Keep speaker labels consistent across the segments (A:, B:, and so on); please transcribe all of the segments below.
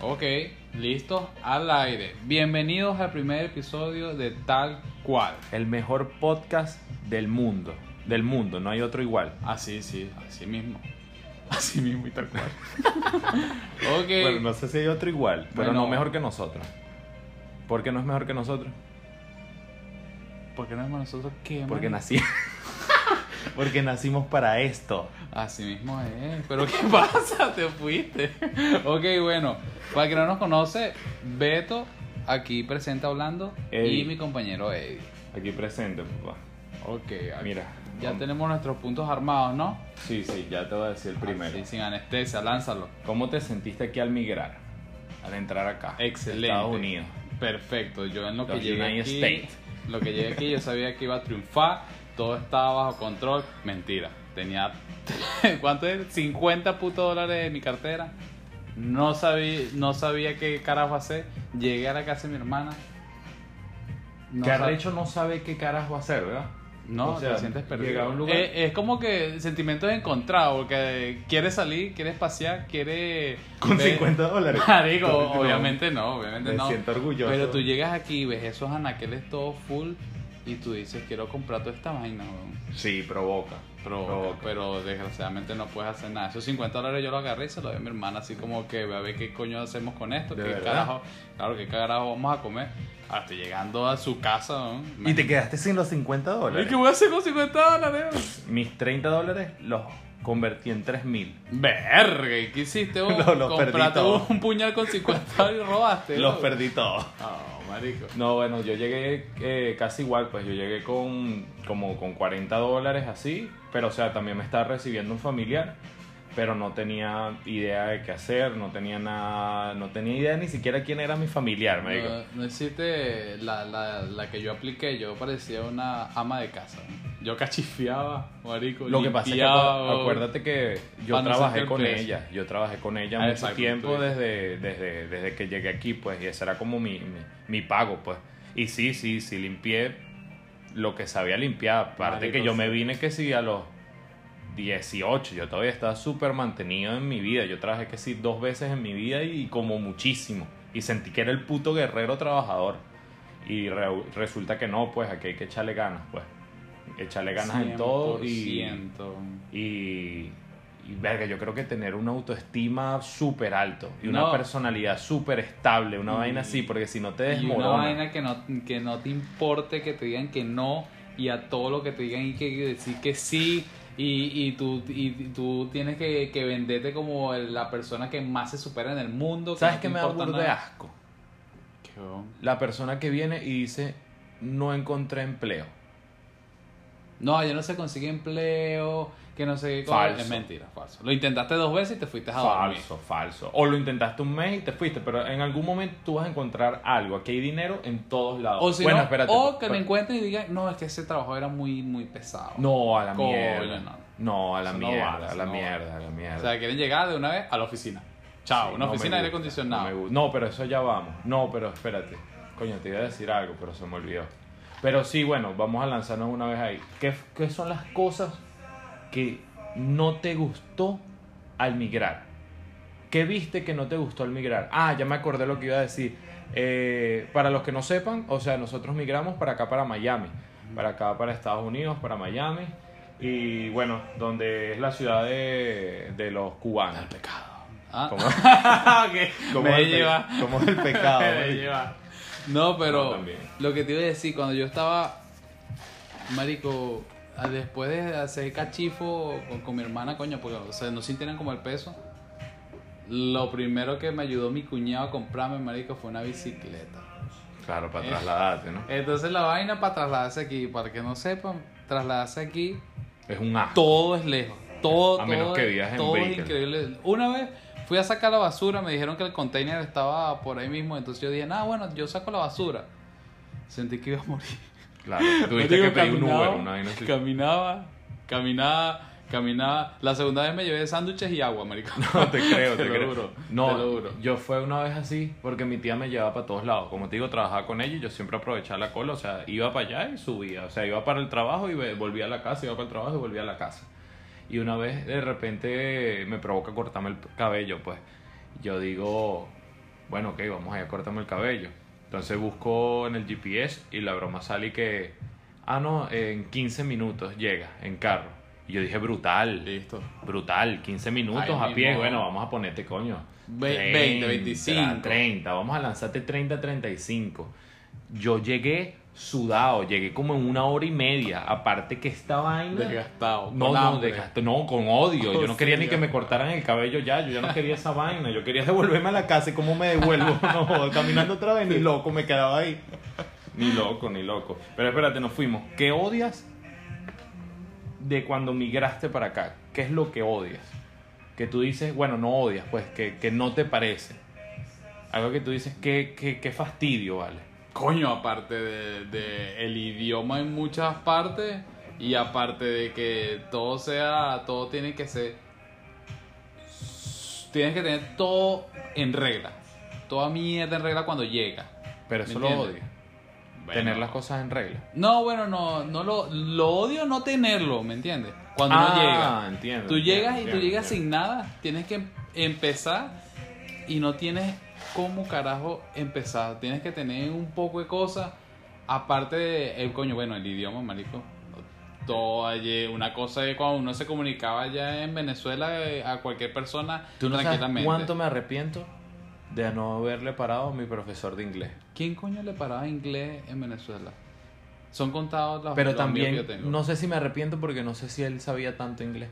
A: Ok, listos al aire. Bienvenidos al primer episodio de Tal Cual.
B: El mejor podcast del mundo. Del mundo, no hay otro igual.
A: Así, sí, así mismo. Así mismo y tal cual. ok.
B: Bueno, no sé si hay otro igual, pero
A: Eh, Bueno.
B: no mejor que nosotros. ¿Por qué no es mejor que nosotros?
A: ¿Por qué no es nosotros qué?
B: Porque
A: marico?
B: nací. Porque nacimos para esto.
A: Así mismo es. Pero ¿qué pasa? Te fuiste. Ok, bueno. Para el que no nos conoce, Beto aquí presenta hablando
B: Eddie.
A: y mi compañero Eddie.
B: Aquí presente, papá.
A: Ok, aquí-
B: Mira.
A: Ya
B: vamos.
A: tenemos nuestros puntos armados, ¿no?
B: Sí, sí, ya te voy a decir
A: Ah,
B: el primero.
A: Así, sin anestesia, lánzalo.
B: ¿Cómo te sentiste aquí al migrar? Al entrar acá.
A: Excelente.
B: Estados Unidos.
A: Perfecto, yo en lo que
B: Los
A: llegué
B: United
A: aquí,
B: States.
A: lo que llegué aquí, yo sabía que iba a triunfar, todo estaba bajo control, mentira, tenía ¿cuánto es? 50 putos dólares en mi cartera, no sabía, no sabía qué carajo hacer, llegué a la casa de mi hermana, no
B: que
A: sab-
B: Arrecho no sabe qué carajo hacer, ¿verdad?
A: no,
B: o sea,
A: te sientes
B: llegar
A: perdido.
B: a un lugar-
A: Eh, Es, como que sentimientos encontrados, porque quieres salir, quieres pasear, quieres...
B: Con
A: ver-
B: 50 dólares.
A: Marico,
B: No,
A: Ah, obviamente no, obviamente
B: Me
A: no.
B: siento orgulloso.
A: Pero tú llegas aquí y ves esos anaqueles todos full y tú dices, quiero comprar toda esta vaina, weón.
B: Sí, provoca.
A: Pero, pero desgraciadamente no puedes hacer nada. Esos 50 dólares yo los agarré y se los di a mi hermana, así como que ve a ver qué coño hacemos con esto,
B: ¿De
A: qué
B: verdad?
A: carajo, claro, qué carajo vamos a comer. Ahora estoy llegando a su casa, weón.
B: Y te quedaste sin los 50
A: ¿Y
B: dólares.
A: qué voy a hacer con 50 dólares? weón?
B: Mis 30 dólares los convertí en 3000.
A: Verga, ¿y qué hiciste vos?
B: Los- los perdí
A: Compraste
B: todos.
A: un puñal con 50 dólares y robaste.
B: Los
A: weón.
B: perdí todos.
A: Ah, marico.
B: No, bueno, yo llegué eh, casi igual, pues yo llegué con como con 40 dólares así, pero o sea, también me estaba recibiendo un familiar, pero no tenía idea de qué hacer, no tenía nada, no tenía idea ni siquiera quién era mi familiar, me digo.
A: No, no existe la, la, la que yo apliqué, yo parecía una ama de casa. ¿no? Yo cachifiaba, marico.
B: Lo que pasa es que
A: limpiaba, oh,
B: acu- acuérdate que yo
A: Pa' no
B: trabajé
A: sentir
B: con
A: preso.
B: ella, yo trabajé con ella
A: Ah,
B: mucho
A: exacto,
B: tiempo
A: tú dices.
B: desde, desde, desde que llegué aquí, pues, y ese era como mi, mi, mi pago, pues. Y sí, sí, sí limpié lo que sabía limpiar, aparte
A: Marico,
B: que yo
A: sí.
B: me vine que sí a los 18, yo todavía estaba súper mantenido en mi vida, yo trabajé que sí dos veces en mi vida y como muchísimo, y sentí que era el puto guerrero trabajador, y re- resulta que no, pues, aquí hay que echarle ganas, pues. Echarle ganas en todo y
A: 100%.
B: y, y, verga, yo creo que tener una autoestima súper alto y
A: No.
B: una personalidad súper estable, una
A: Y-
B: vaina así, porque si no te
A: Y una
B: desmorona.
A: vaina que no, que no te importe que te digan que no y a todo lo que te digan y que decir que sí. Y, y tú, y tú tienes que, que venderte como la persona que más se supera en el mundo. que
B: ¿Sabes
A: no
B: qué
A: te
B: me da
A: importa
B: burda de
A: nada.
B: asco?
A: Qué bon.
B: La persona que viene y dice, no encontré empleo.
A: No, ya no se consigue empleo, que no sé qué
B: Falso.
A: Es mentira, falso. Lo intentaste dos veces y te fuiste a dormir.
B: Falso, falso. O lo intentaste un mes y te fuiste, pero en algún momento tú vas a encontrar algo. Aquí hay dinero en todos lados.
A: O si
B: bueno,
A: no,
B: espérate.
A: o
B: pues,
A: que me
B: pero-
A: encuentren y digan, no, es que ese trabajo era muy, muy pesado.
B: No, a la
A: Coño,
B: mierda.
A: no.
B: No. a la
A: Eso no
B: mierda,
A: vale,
B: a
A: eso
B: la
A: no vale.
B: mierda, a la mierda.
A: O sea, quieren llegar de una vez a la oficina. Chao,
B: Sí,
A: una
B: no me
A: oficina de aire
B: gusta, No, me
A: acondicionado.
B: gusta. No, pero eso ya vamos. No, pero espérate. Coño, te iba a decir algo, pero se me olvidó. Pero sí, bueno, vamos a lanzarnos una vez ahí. ¿Qué, qué son las cosas que no te gustó al migrar? ¿Qué viste que no te gustó al migrar? Ah, ya me acordé lo que iba a decir. Eh, para los que no sepan, o sea, nosotros migramos para acá, para Miami. Para acá, para Estados Unidos, para Miami. Y bueno, donde es la ciudad de, de los cubanos.
A: pecado. Ah.
B: ¿Cómo?
A: Ok,
B: Como
A: Me
B: el pe-
A: lleva.
B: Como el pecado.
A: Me lleva. Ah, No,
B: No,
A: pero
B: también.
A: lo que te iba a decir, cuando yo estaba, marico, a- después de hacer cachifo con, con mi hermana, coño, porque o sea, no sintieron como el peso, lo primero que me ayudó mi cuñado a comprarme, marico, fue una bicicleta.
B: Claro, para
A: Eh.
B: trasladarte, ¿no?
A: Entonces la vaina para trasladarse aquí, para que no sepan, trasladarse aquí
B: Es un asco.
A: todo es lejos. Todo,
B: A menos
A: todo
B: que
A: es-
B: vivas en
A: todo es
B: Baker.
A: increíble. Una vez fui a sacar la basura, me dijeron que el container estaba por ahí mismo, entonces yo dije, nada, bueno, yo saco la basura. Sentí que iba a morir.
B: Claro. Tuviste que
A: Marico,
B: pedir un Uber,
A: caminaba,
B: una vaina así.
A: Caminaba, caminaba, caminaba. La segunda vez me llevé sándwiches y agua, marico.
B: No te creo,
A: Te
B: te,
A: lo
B: creo.
A: juro,
B: no,
A: te lo juro.
B: yo fue una vez así porque mi tía me llevaba para todos lados. Como te digo, trabajaba con ella y yo siempre aprovechaba la cola. O sea, iba para allá y subía. O sea, iba para el trabajo y ve- volvía a la casa, iba para el trabajo y volvía a la casa. Y una vez de repente me provoca cortarme el cabello, pues. Yo digo, bueno, ok, vamos allá, córtame el cabello. Entonces busco en el GPS y la broma sale y que, ah, no, en 15 minutos llega, en carro. Y yo dije, brutal,
A: Listo.
B: brutal, 15 minutos
A: Ahí
B: a pie,
A: mismo.
B: bueno, vamos a ponerte, coño.
A: Ve- 20, 25.
B: 30, vamos a lanzarte 30, 35. Yo llegué sudado, llegué como en una hora y media, aparte que esta vaina...
A: Desgastado.
B: No,
A: con
B: no,
A: hambre.
B: de gasto- no, con odio.
A: Oh,
B: Yo no quería
A: sí,
B: ni
A: ya.
B: que me cortaran el cabello ya. Yo ya no quería esa vaina. Yo quería devolverme a la casa y cómo me devuelvo. No, caminando otra vez, ni loco, me quedaba ahí. Ni loco, ni loco. Pero espérate, nos fuimos. ¿Qué odias de cuando migraste para acá? ¿Qué es lo que odias? Que tú dices, bueno, no odias, pues, que, que no te parece. Algo que tú dices, qué, qué, qué fastidio, ¿vale?
A: Coño, aparte de, de el idioma en muchas partes y aparte de que todo sea, todo tiene que ser, tienes que tener todo en regla, toda mierda en regla cuando llega.
B: Pero
A: ¿Me
B: eso lo
A: entiendes?
B: odias.
A: Bueno.
B: Tener las cosas en regla.
A: No, bueno, no, no lo, lo odio no tenerlo, ¿me entiendes? Cuando uno llega.
B: ah, entiendo.
A: Tú
B: entiendo,
A: llegas y tú
B: entiendo,
A: llegas
B: entiendo.
A: sin nada, tienes que em- empezar y no tienes cómo carajo empezar. Tienes que tener un poco de cosas, aparte de, el coño, bueno, el idioma, marico. Todo allí, una cosa es cuando uno se comunicaba allá en Venezuela eh, a cualquier persona
B: ¿Tú no sabes
A: tranquilamente.
B: cuánto me arrepiento de no haberle parado a mi profesor de inglés?
A: ¿Quién coño le paraba inglés en Venezuela? Son contados los
B: Pero
A: los amigos
B: también,
A: Ah, que yo tengo.
B: no sé si me arrepiento porque no sé si él sabía tanto inglés.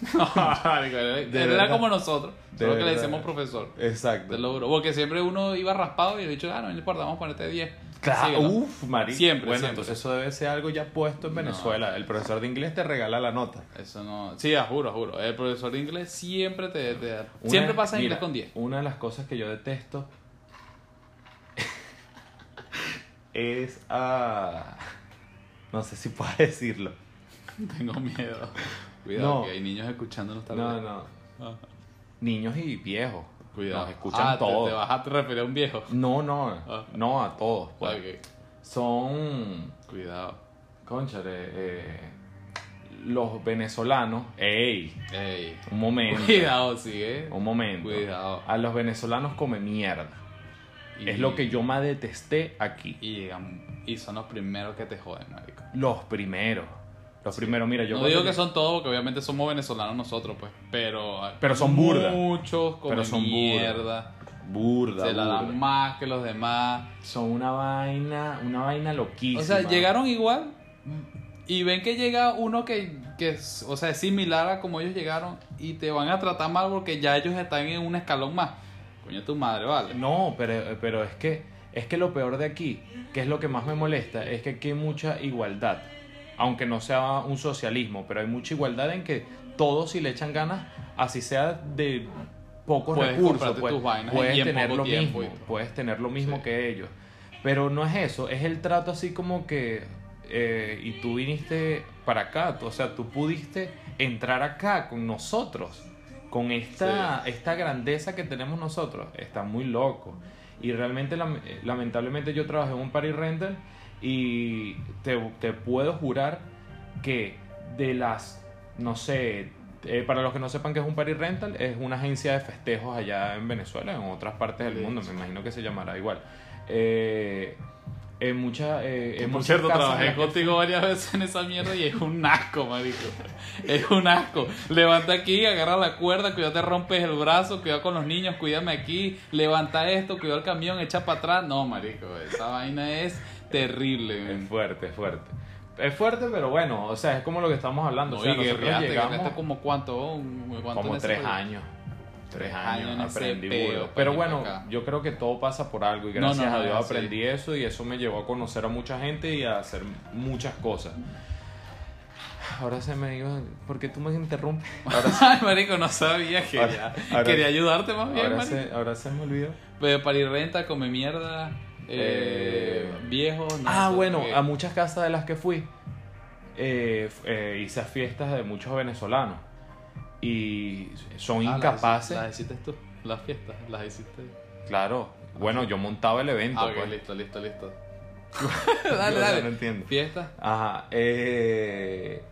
A: Marico, era-
B: De
A: era
B: verdad.
A: como nosotros,
B: De
A: solo que le
B: verdad.
A: decimos profesor.
B: Exacto.
A: Te lo juro. Porque siempre uno iba raspado y le he dicho, ah, no, no importa, vamos a ponerte 10.
B: Claro,
A: Sí, ¿no?
B: uff, marico.
A: Siempre,
B: Bueno,
A: siempre.
B: entonces eso debe ser algo ya puesto en
A: No.
B: Venezuela. El profesor de inglés te regala la nota.
A: Eso no. Sí, ah, juro, juro. El profesor de inglés siempre te. te da-
B: Una-
A: siempre pasa
B: mira,
A: inglés con 10.
B: Una de las cosas que yo detesto es a... no sé si puedo decirlo.
A: Tengo miedo. Cuidado,
B: No.
A: que hay niños escuchándonos también.
B: No, no. Niños y viejos.
A: Ah. Cuidado.
B: Nos escuchan
A: Ah, te-
B: todo.
A: Te, vas a referir a un viejo.
B: No, no,
A: Ah.
B: no a todos. pues.
A: Ok,
B: Son,
A: Cuidado.
B: cónchale, eh, los venezolanos. ¡Ey!
A: Ey.
B: Un momento.
A: Cuidado, sigue.
B: Un momento.
A: Cuidado.
B: A los venezolanos come mierda.
A: Y-
B: Es lo que yo más detesté aquí.
A: Y llegan. Y son los primeros que te joden, marico.
B: Los primeros. Los primeros, mira, yo.
A: no
B: cuando
A: digo que
B: llegué-
A: son todos, porque obviamente somos venezolanos nosotros, pues. Pero.
B: Pero son burda.
A: Muchos como
B: Pero son burda.
A: mierda.
B: Burda,
A: se la
B: burda.
A: dan más que los demás.
B: Son una vaina, una vaina loquísima.
A: O sea, llegaron igual y ven que llega uno que, que es, o sea, es similar a como ellos llegaron y te van a tratar mal porque ya ellos están en un escalón más. Coño, tu madre, vale.
B: No, pero, pero es que es que lo peor de aquí, que es lo que más me molesta, es que aquí hay mucha igualdad. Aunque no sea un socialismo, pero hay mucha igualdad en que todos si le echan ganas, así sea de pocos
A: Puedes
B: recursos,
A: comprarte
B: pues,
A: tus vainas
B: puedes
A: y en
B: tener
A: poco
B: lo
A: tiempo
B: mismo,
A: y-
B: puedes tener lo mismo
A: Sí.
B: que ellos. Pero no es eso, es el trato así como que eh, y tú viniste para acá, tú- o sea, tú pudiste entrar acá con nosotros, con esta, esta grandeza que tenemos nosotros, está muy loco. Y realmente, lam- eh, lamentablemente, yo trabajé en un party rental y te, te puedo jurar que de las, no sé, eh, para los que no sepan qué es un party rental, es una agencia de festejos allá en Venezuela, en otras partes del
A: Sí.
B: mundo, me imagino que se llamará igual. Eh, en muchas. eh, en
A: Por
B: muchas
A: cierto,
B: casas en
A: trabajé
B: las que-
A: contigo varias veces en esa mierda y es un asco, marico. Es un asco. Levanta aquí, agarra la cuerda, cuidado te rompes el brazo, cuidado con los niños, cuídame aquí, levanta esto, cuidado el camión, echa para atrás. No, marico, esa vaina es terrible. men.
B: Es fuerte, es fuerte. Es fuerte, pero bueno, o sea, es como lo que estamos hablando.
A: No,
B: o sea,
A: y
B: nosotros
A: guerreaste,
B: llegamos
A: guerreaste como cuánto, un- cuánto en
B: como
A: ese
B: tres
A: rollo.
B: años. Tres
A: Tres
B: años,
A: años en ese
B: aprendí
A: peo
B: burda.
A: para
B: Pero
A: ir
B: bueno,
A: para acá.
B: yo creo que todo pasa por algo y
A: No, no,
B: gracias
A: no,
B: a Dios
A: no, sí.
B: aprendí eso y eso me llevó a conocer a mucha gente y a hacer muchas cosas. Ahora se me dijo, ¿por qué tú me interrumpes? Ahora, se-
A: Ay, marico, no sabía que
B: Ahora-
A: ya-
B: ahora-
A: quería ayudarte más bien,
B: ahora,
A: marico.
B: se, ahora se me olvidó.
A: Pero para ir renta, come mierda, eh,
B: Eh,
A: viejo. no,
B: ah,
A: eso
B: bueno,
A: que-
B: a muchas casas de las que fui eh, f- eh, hice fiestas de muchos venezolanos y son
A: Ah, las
B: incapaces.
A: hici- Las hiciste tú, las fiestas, las hiciste.
B: Claro, bueno, yo montaba el evento.
A: Ah, ok,
B: pues.
A: listo, listo, listo.
B: Yo,
A: dale,
B: o sea,
A: dale.
B: no entiendo.
A: Fiestas.
B: Ajá. eh,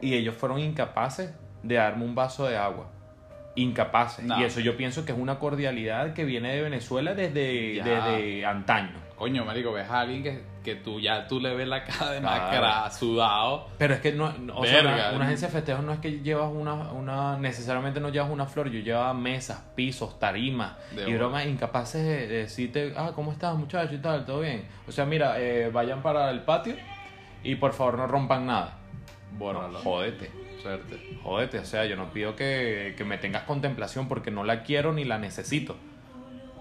B: y ellos fueron incapaces de darme un vaso de agua. incapaces.
A: No.
B: Y eso yo pienso que es una cordialidad que viene de Venezuela desde,
A: Ya.
B: desde antaño.
A: Coño, marico, ves a alguien que, que tú ya tú le ves la cara de
B: Claro.
A: máscara, sudado.
B: Pero es que no, no- o sea,
A: Verga.
B: una, una agencia de festejos no es que llevas una, una, necesariamente no llevas una flor, yo llevaba mesas, pisos, tarimas
A: De
B: y
A: bola.
B: bromas incapaces de, de decirte, ah, ¿cómo estás muchacho y tal? ¿Todo bien? O sea, mira, eh, vayan para el patio y por favor no rompan nada. Bueno,
A: Bórralo.
B: jódete,
A: Suerte.
B: jódete, o sea, yo no pido que, que me tengas contemplación porque no la quiero ni la necesito.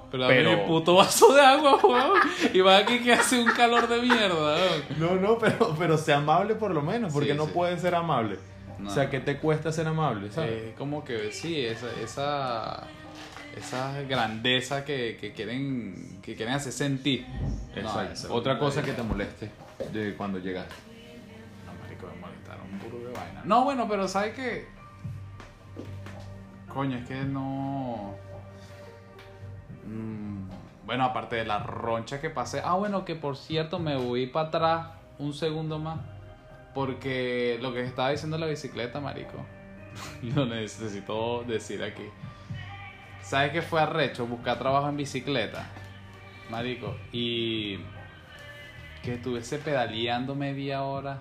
A: Pero,
B: Pero-
A: dame mi puto vaso de agua, weón. y va aquí que hace un calor de mierda, weón.
B: No, no, pero, pero sea amable por lo menos, porque
A: Sí,
B: no
A: sí.
B: pueden ser amable.
A: No.
B: O sea, ¿qué te cuesta ser amable? ¿sabes?
A: Es como que sí, esa, esa, esa grandeza que, que quieren, que quieren hacer sentir. No,
B: Exacto.
A: eso-
B: Otra cosa que te moleste de cuando llegaste.
A: No, marico, me molestaron un puro de vaina. No, bueno, pero ¿sabes qué? Coño, es que no... Mm, Bueno, aparte de la roncha que pasé... Ah, bueno, que por cierto me voy para atrás un segundo más. Porque lo que estaba diciendo la bicicleta, marico. Lo necesito decir aquí. ¿Sabes qué fue arrecho? Buscar trabajo en bicicleta. Marico. Y que estuviese pedaleando media hora,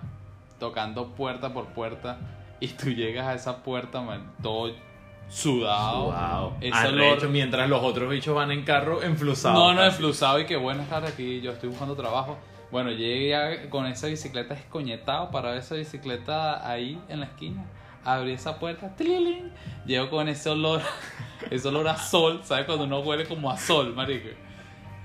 A: tocando puerta por puerta, y tú llegas a esa puerta, man, todo sudado. Ese olor-
B: Arrecho, mientras los otros bichos van en carro enflusados.
A: no, no,
B: casi.
A: enflusado y que buenas tardes aquí, yo estoy buscando trabajo. Bueno, llegué a- con esa bicicleta escoñetado para ver esa bicicleta ahí en la esquina. Abrí esa puerta, trilín, llego con ese olor, ese olor a sol, ¿sabes? Cuando uno huele como a sol, marico.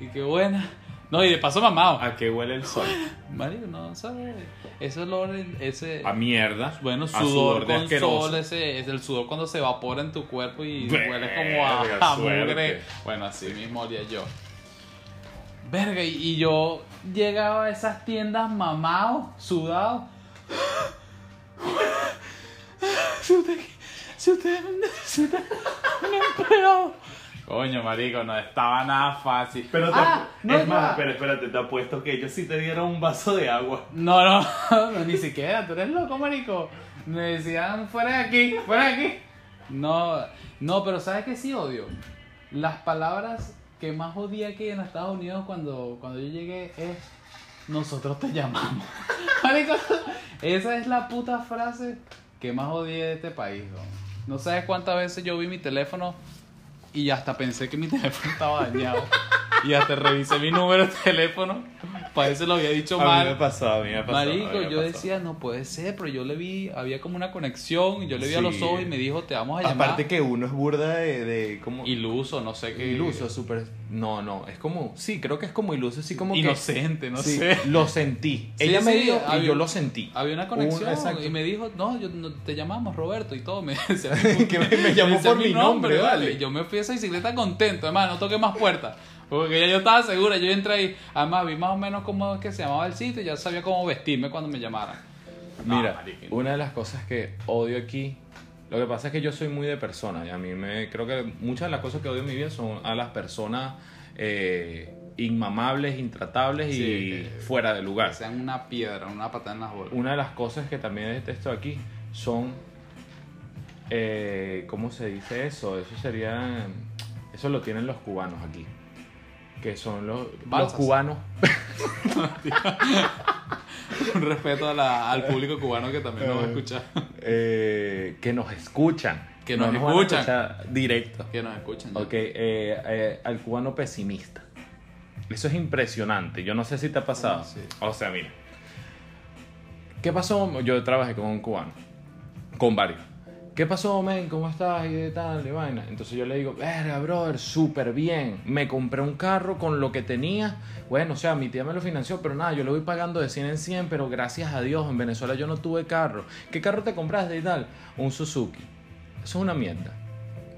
A: Y qué buena. No, y de paso mamado.
B: ¿A qué huele el sol?
A: Marico, no sabes. Ese olor, ese...
B: A mierda.
A: Bueno,
B: A
A: sudor,
B: sudor de
A: con
B: asqueroso.
A: sol, ese, es el sudor cuando se evapora en tu cuerpo y
B: Verga,
A: huele como a, a
B: suerte.
A: mugre. Bueno, así mismo olía yo. Verga, y, y yo llegaba a esas tiendas mamado, sudado. si usted, si usted, si usted, un empleado. Coño, marico, no estaba nada fácil.
C: Pero te
A: Ah,
C: apu-
A: no,
C: es
A: ya
C: más,
A: va.
C: pero espérate, te apuesto que ellos sí te dieron un vaso de agua.
A: No, no, no, ni siquiera, tú eres loco, marico. Me decían, fuera de aquí, fuera de aquí. No, no, pero ¿sabes qué sí odio? Las palabras que más odié aquí en Estados Unidos cuando, cuando yo llegué es nosotros te llamamos. Marico, esa es la puta frase que más odié de este país, ¿no? No sabes cuántas veces yo vi mi teléfono y hasta pensé que mi teléfono estaba dañado. Y hasta revisé mi número de teléfono. Para eso lo había dicho
B: A
A: mal.
B: mí me pasó, a mí me pasó. a mí
A: Marico,
B: me
A: yo
B: pasó.
A: decía, no puede ser, pero yo le vi, había como una conexión, yo le vi a
B: Sí.
A: los ojos y me dijo, te vamos a llamar.
B: Aparte que uno es burda de. de como...
A: Iluso, no sé qué.
B: Iluso, súper. No, no, es como. Sí, creo que es como iluso, así como. que-
A: Inocente, no
B: Sí,
A: sé.
B: Lo sentí.
A: Sí,
B: Ella me
A: sí,
B: dijo y
A: había-
B: yo lo sentí.
A: Había una
B: Un-
A: conexión
B: exacto.
A: y me dijo, no, yo, no- te llamamos Roberto y todo. Me, decía,
B: Que me- me llamó
A: decía
B: por mi nombre, vale.
A: Y Yo me fui a esa bicicleta contento, además, no toqué más puertas. Porque ya yo estaba segura, yo entré ahí. Además, vi más o menos cómo es que se llamaba el sitio y ya sabía cómo vestirme cuando me llamaran. No,
B: Mira,
A: marico.
B: una de las cosas que odio aquí, lo que pasa es que yo soy muy de personas y a mí me creo que muchas de las cosas que odio en mi vida son a las personas eh, inmamables, intratables y
A: Sí, que-
B: fuera de lugar.
A: Que sean una piedra, una patada en las bolas.
B: Una de las cosas que también detesto aquí son, eh, ¿cómo se dice eso? Eso sería, eso lo tienen los cubanos aquí, que son los, los
A: Balsas.
B: cubanos
A: Un respeto a la- al público cubano que también
B: Ah.
A: nos va a escuchar.
B: eh, que nos escuchan,
A: Que nos
B: van a
A: escuchan.
B: escuchar directo.
A: Que nos escuchan. ya.
B: Ok, eh, eh, al cubano pesimista. Eso es impresionante. Yo no sé si te ha pasado.
A: Ah, sí.
B: O sea, mira. ¿Qué pasó? Yo trabajé con un cubano. Con varios. ¿Qué pasó, men? ¿Cómo estás? Y de tal, de vaina. Entonces yo le digo, verga, brother, súper bien. Me compré un carro con lo que tenía. Bueno, o sea, mi tía me lo financió, pero nada, yo lo voy pagando de 100 en 100, pero gracias a Dios, en Venezuela yo no tuve carro. ¿Qué carro te compraste y tal? Un Suzuki. Eso es una mierda.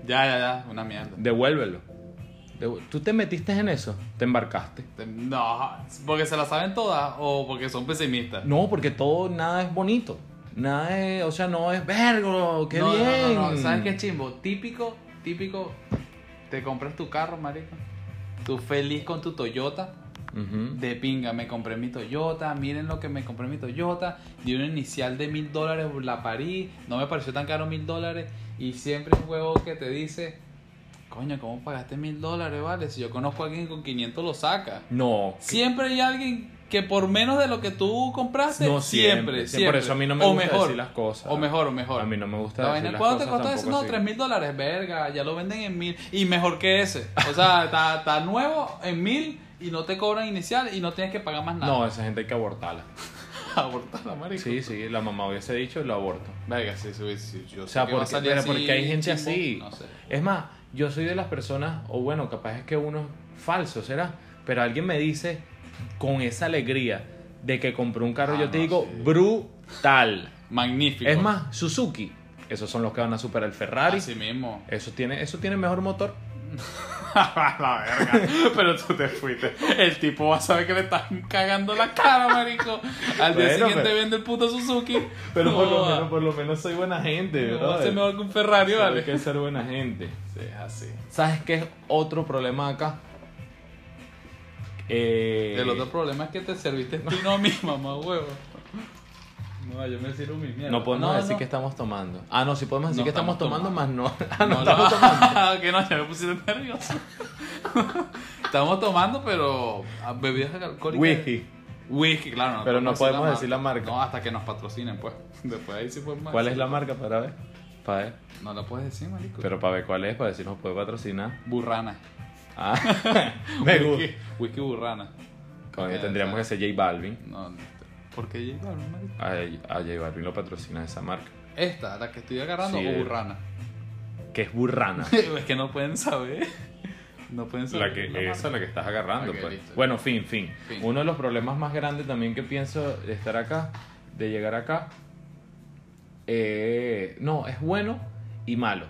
A: Ya, ya, ya. Una mierda.
B: Devuélvelo. Devu- ¿Tú te metiste en eso? ¿Te embarcaste?
A: Te- No, porque se la saben todas o porque son pesimistas.
B: No, porque todo, nada es bonito. Nada es, o sea, no es vergo, qué
A: No, no,
B: bien.
A: No, no, ¿Sabes qué chimbo? Típico, típico. Te compras tu carro, marico. Tú feliz con tu Toyota.
B: Ujú.
A: De pinga, me compré mi Toyota. Miren lo que me compré mi Toyota. Di una inicial de mil dólares, la parí. No me pareció tan caro mil dólares. Y siempre hay un huevón que te dice, coño, ¿cómo pagaste mil dólares, vale? Si yo conozco a alguien que con 500 lo saca.
B: No.
A: Siempre hay alguien que por menos de lo que tú compraste,
B: No
A: siempre,
B: siempre,
A: siempre.
B: Por eso a mí no me
A: O
B: gusta
A: mejor,
B: decir las cosas.
A: O mejor, o mejor.
B: A mí no me gusta
A: La
B: decir
A: vaina,
B: las
A: ¿cuánto te
B: cosas
A: costó eso?
B: tampoco
A: No,
B: así.
A: 3 mil dólares, verga, ya lo venden en mil y mejor que ese. O sea, está, está nuevo en mil y no te cobran inicial y no tienes que pagar más nada.
B: No, esa gente hay que abortarla.
A: abortar la marico.
B: Sí, sí, la mamá hubiese dicho lo aborto.
A: Verga, sí, sí, sí, yo
B: O
A: sé
B: sea,
A: que va a
B: porque,
A: salir
B: pero
A: así,
B: porque hay gente
A: chimbo,
B: así.
A: No sé.
B: Es más, yo soy de las personas, o bueno, capaz es que uno es falso, ¿será? Pero alguien me dice con esa alegría de que compró un carro,
A: Ah,
B: yo te
A: no,
B: digo,
A: sí.
B: brutal.
A: Magnífico.
B: Es más, Suzuki, esos son los que van a superar el Ferrari.
A: así mismo.
B: Eso tiene, eso tiene mejor motor.
A: la verga. Pero tú te fuiste. El tipo va a saber que le están cagando la cara, marico. Al día
B: Bueno,
A: siguiente
B: pero-
A: vende el puto Suzuki.
B: Pero
A: No,
B: por, lo
A: va.
B: menos, por lo menos soy buena gente,
A: No, va a ser
B: brother.
A: mejor que un Ferrari,
B: Hay
A: ¿vale?
B: que ser buena gente.
A: Sí, es así.
B: ¿Sabes qué es otro problema acá? Eh,
A: El otro problema es que te serviste tú no a mí, mamá huevo. No, yo me sirvo mi mierda.
B: No podemos decir
A: no.
B: que estamos tomando. Ah, no, sí podemos decir
A: No
B: que estamos,
A: estamos
B: tomando, más no. Ah,
A: No,
B: no,
A: no,
B: estamos
A: que no, ya me pusiste nervioso. estamos tomando, pero ah, bebidas alcohólicas.
B: Whisky.
A: Whisky, claro.
B: Pero no podemos
A: mar-
B: decir la marca.
A: No, hasta que nos patrocinen, pues. Después ahí sí podemos
B: ¿Cuál es
A: decir.
B: la marca para ver? Para ver.
A: No la puedes decir, marico.
B: Pero para ver cuál es, para decir nos puede patrocinar.
A: Burrana.
B: Ah, me
A: whisky,
B: gusta.
A: whisky burrana.
B: Coño, tendríamos que ser J Balvin.
A: No, no, ¿por qué llegaron, marico?
B: A, a J Balvin lo patrocina esa marca.
A: Esta, la que estoy agarrando,
B: Sí. eh.
A: o burrana.
B: Que es burrana.
A: es que no pueden saber. No pueden saber.
B: La que,
A: La
B: esa es la que estás agarrando,
A: Ok,
B: pues.
A: listo.
B: Bueno, fin, fin,
A: Fin.
B: Uno de los problemas más grandes también que pienso de estar acá, de llegar acá, eh, no, es bueno y malo.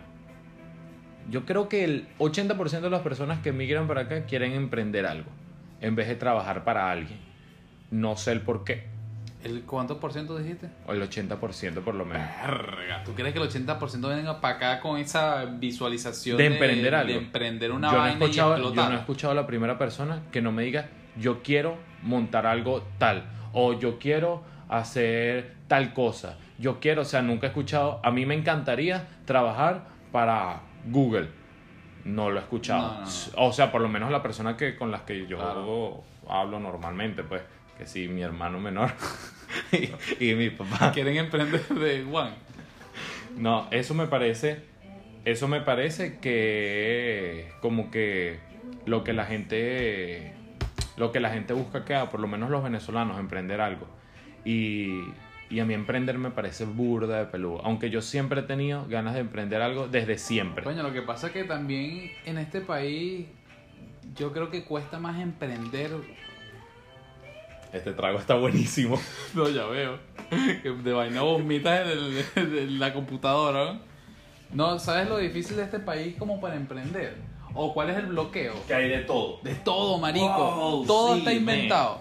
B: Yo creo que el 80% de las personas que emigran para acá quieren emprender algo, en vez de trabajar para alguien. No sé el por qué,
A: ¿El cuánto por ciento dijiste?
B: o el 80% por lo menos.
A: Verga. ¿Tú crees que el 80% venga para acá con esa visualización
B: De emprender algo.
A: De emprender una
B: yo, no he
A: vaina y
B: escuchado, yo
A: explotar?
B: no he escuchado a la primera persona que no me diga, yo quiero montar algo tal, o yo quiero hacer tal cosa, yo quiero, o sea, nunca he escuchado, a mí me encantaría trabajar para Google. No lo he escuchado.
A: No, no,
B: O sea, por lo menos la persona que con las que yo
A: Claro.
B: hablo normalmente, pues, que sí, mi hermano menor y, y mi papá.
A: Quieren emprender de Juan.
B: No, eso me parece. Eso me parece que es como que lo que la gente. Lo que la gente busca que haga, por lo menos los venezolanos, emprender algo. Y, y a mí emprender me parece burda de peludo. Aunque yo siempre he tenido ganas de emprender algo desde siempre.
A: Coño, lo que pasa es que también en este país yo creo que cuesta más emprender.
B: Este trago está buenísimo.
A: No, ya veo. Que de vaina vomitas en, el- en la computadora. ¿no? No, ¿sabes lo difícil de este país como para emprender? ¿O cuál es el bloqueo?
C: Que hay de todo.
A: De todo, marico.
C: Wow,
A: todo
B: sí,
A: está
B: man.
A: inventado.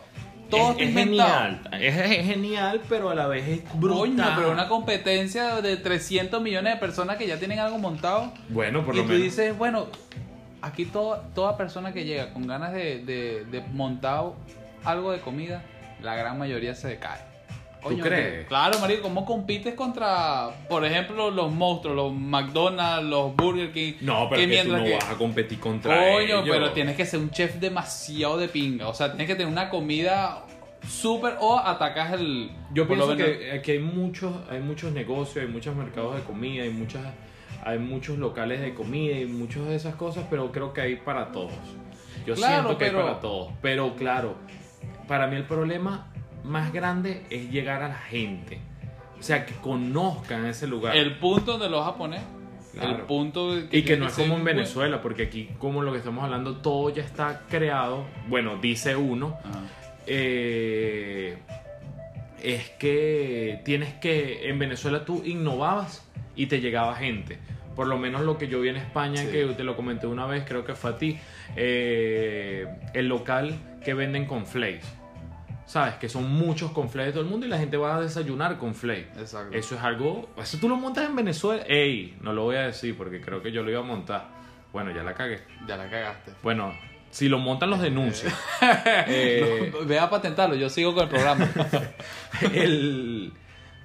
A: Todo está inventado.
B: genial. Es, es genial, pero a la vez es
A: Coño,
B: brutal.
A: pero una competencia de 300 millones de personas que ya tienen algo montado.
B: Bueno, por
A: y
B: lo
A: tú
B: menos.
A: dices, bueno, aquí todo- toda persona que llega con ganas de, de, de montar algo de comida, la gran mayoría se decae.
B: ¿Tú crees?
A: Claro, marico, ¿cómo compites contra, por ejemplo, los monstruos, los McDonald's, los Burger King?
B: No, pero
A: que
B: es que tú
A: mientras
B: no
A: que-
B: vas a competir contra
A: Coño,
B: ellos.
A: pero tienes que ser un chef demasiado de pinga. O sea, tienes que tener una comida súper o atacas el.
B: Yo
A: por lo
B: pienso
A: menos-
B: que, que hay muchos, hay muchos negocios, hay muchos mercados de comida, hay muchas, hay muchos locales de comida y muchas de esas cosas, pero creo que hay para todos. Yo
A: Claro,
B: siento que
A: pero-
B: hay para todos. Pero claro, para mí el problema más grande es llegar a la gente. O sea, que conozcan ese lugar.
A: El punto donde lo vas a poner. El
B: Claro.
A: punto.
B: Y que
A: tiene
B: no es
A: ser
B: como en
A: bueno.
B: Venezuela, porque aquí, como lo que estamos hablando, todo ya está creado. Bueno, dice uno,
A: Ajá.
B: eh, es que tienes que en Venezuela tú innovabas y te llegaba gente. Por lo menos lo que yo vi en España,
A: Sí.
B: que te lo comenté una vez, creo que fue a ti, eh, el local que venden con flakes. ¿Sabes? Que son muchos con flakes de todo el mundo y la gente va a desayunar con flakes.
A: Exacto.
B: Eso es algo. Eso tú lo montas en Venezuela. Ey, no lo voy a decir porque creo que yo lo iba a montar. Bueno, ya la cagué.
A: Ya la cagaste.
B: Bueno, si lo montan, los denuncio. Eh,
A: No, ve a patentarlo, yo sigo con el programa.
B: el,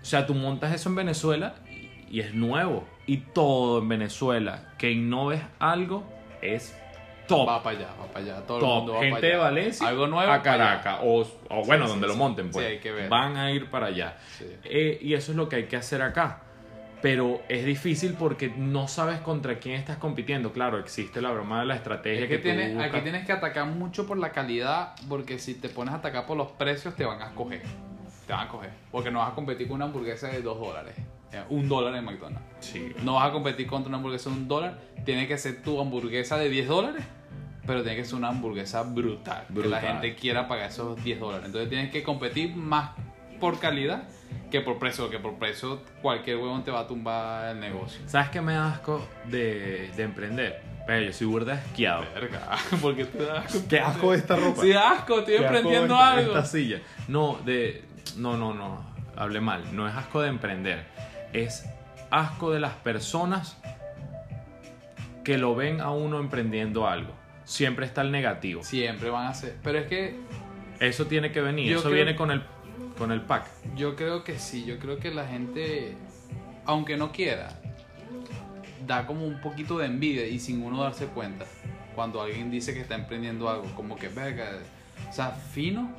B: o sea, tú montas eso en Venezuela y- y es nuevo. Y todo en Venezuela que innoves algo es top.
A: Va para allá, va para allá. Todo el
B: top.
A: mundo va
B: Gente
A: para
B: de
A: allá.
B: Valencia
A: Algo nuevo.
B: a
A: pa' allá.
B: Caracas. O, o bueno,
A: sí,
B: donde
A: sí.
B: lo monten, pues.
A: Sí, hay que ver.
B: Van a ir para allá.
A: Sí.
B: Eh, y eso es lo que hay que hacer acá. Pero es difícil porque no sabes contra quién estás compitiendo. Claro, existe la broma de la estrategia
A: Es que
B: tú
A: tienes,
B: buscas.
A: aquí tienes que atacar mucho por la calidad, porque si te pones a atacar por los precios, te van a coger. Te van a coger. Porque no vas a competir con una hamburguesa de 2 dólares. Eh, Un dólar en McDonald's.
B: Sí.
A: No vas a competir contra una hamburguesa de un dólar. Tiene que ser tu hamburguesa de 10 dólares. Pero tiene que ser una hamburguesa brutal. Que la
B: Brutal.
A: gente quiera pagar esos 10 dólares. Entonces tienes que competir más por calidad que por precio. Que por precio cualquier huevón te va a tumbar el negocio.
B: ¿Sabes qué me da asco de, de emprender? Pero yo soy burda de asqueado.
A: Verga. Porque te da asco.
B: Qué asco esta ropa.
A: Sí, da asco. Estoy
B: Qué asco
A: emprendiendo
B: esta-
A: algo.
B: esta silla. No, de. No, no, no. Hablé mal. No es asco de emprender. Es asco de las personas que lo ven a uno emprendiendo algo. Siempre está el negativo.
A: Siempre van a ser. Pero es que
B: Eso tiene que venir.
A: Yo
B: Eso
A: creo-
B: viene con el, con el pack.
A: yo creo que sí. Yo creo que la gente, aunque no quiera, da como un poquito de envidia y sin uno darse cuenta. Cuando alguien dice que está emprendiendo algo, como que verga, o sea, fino,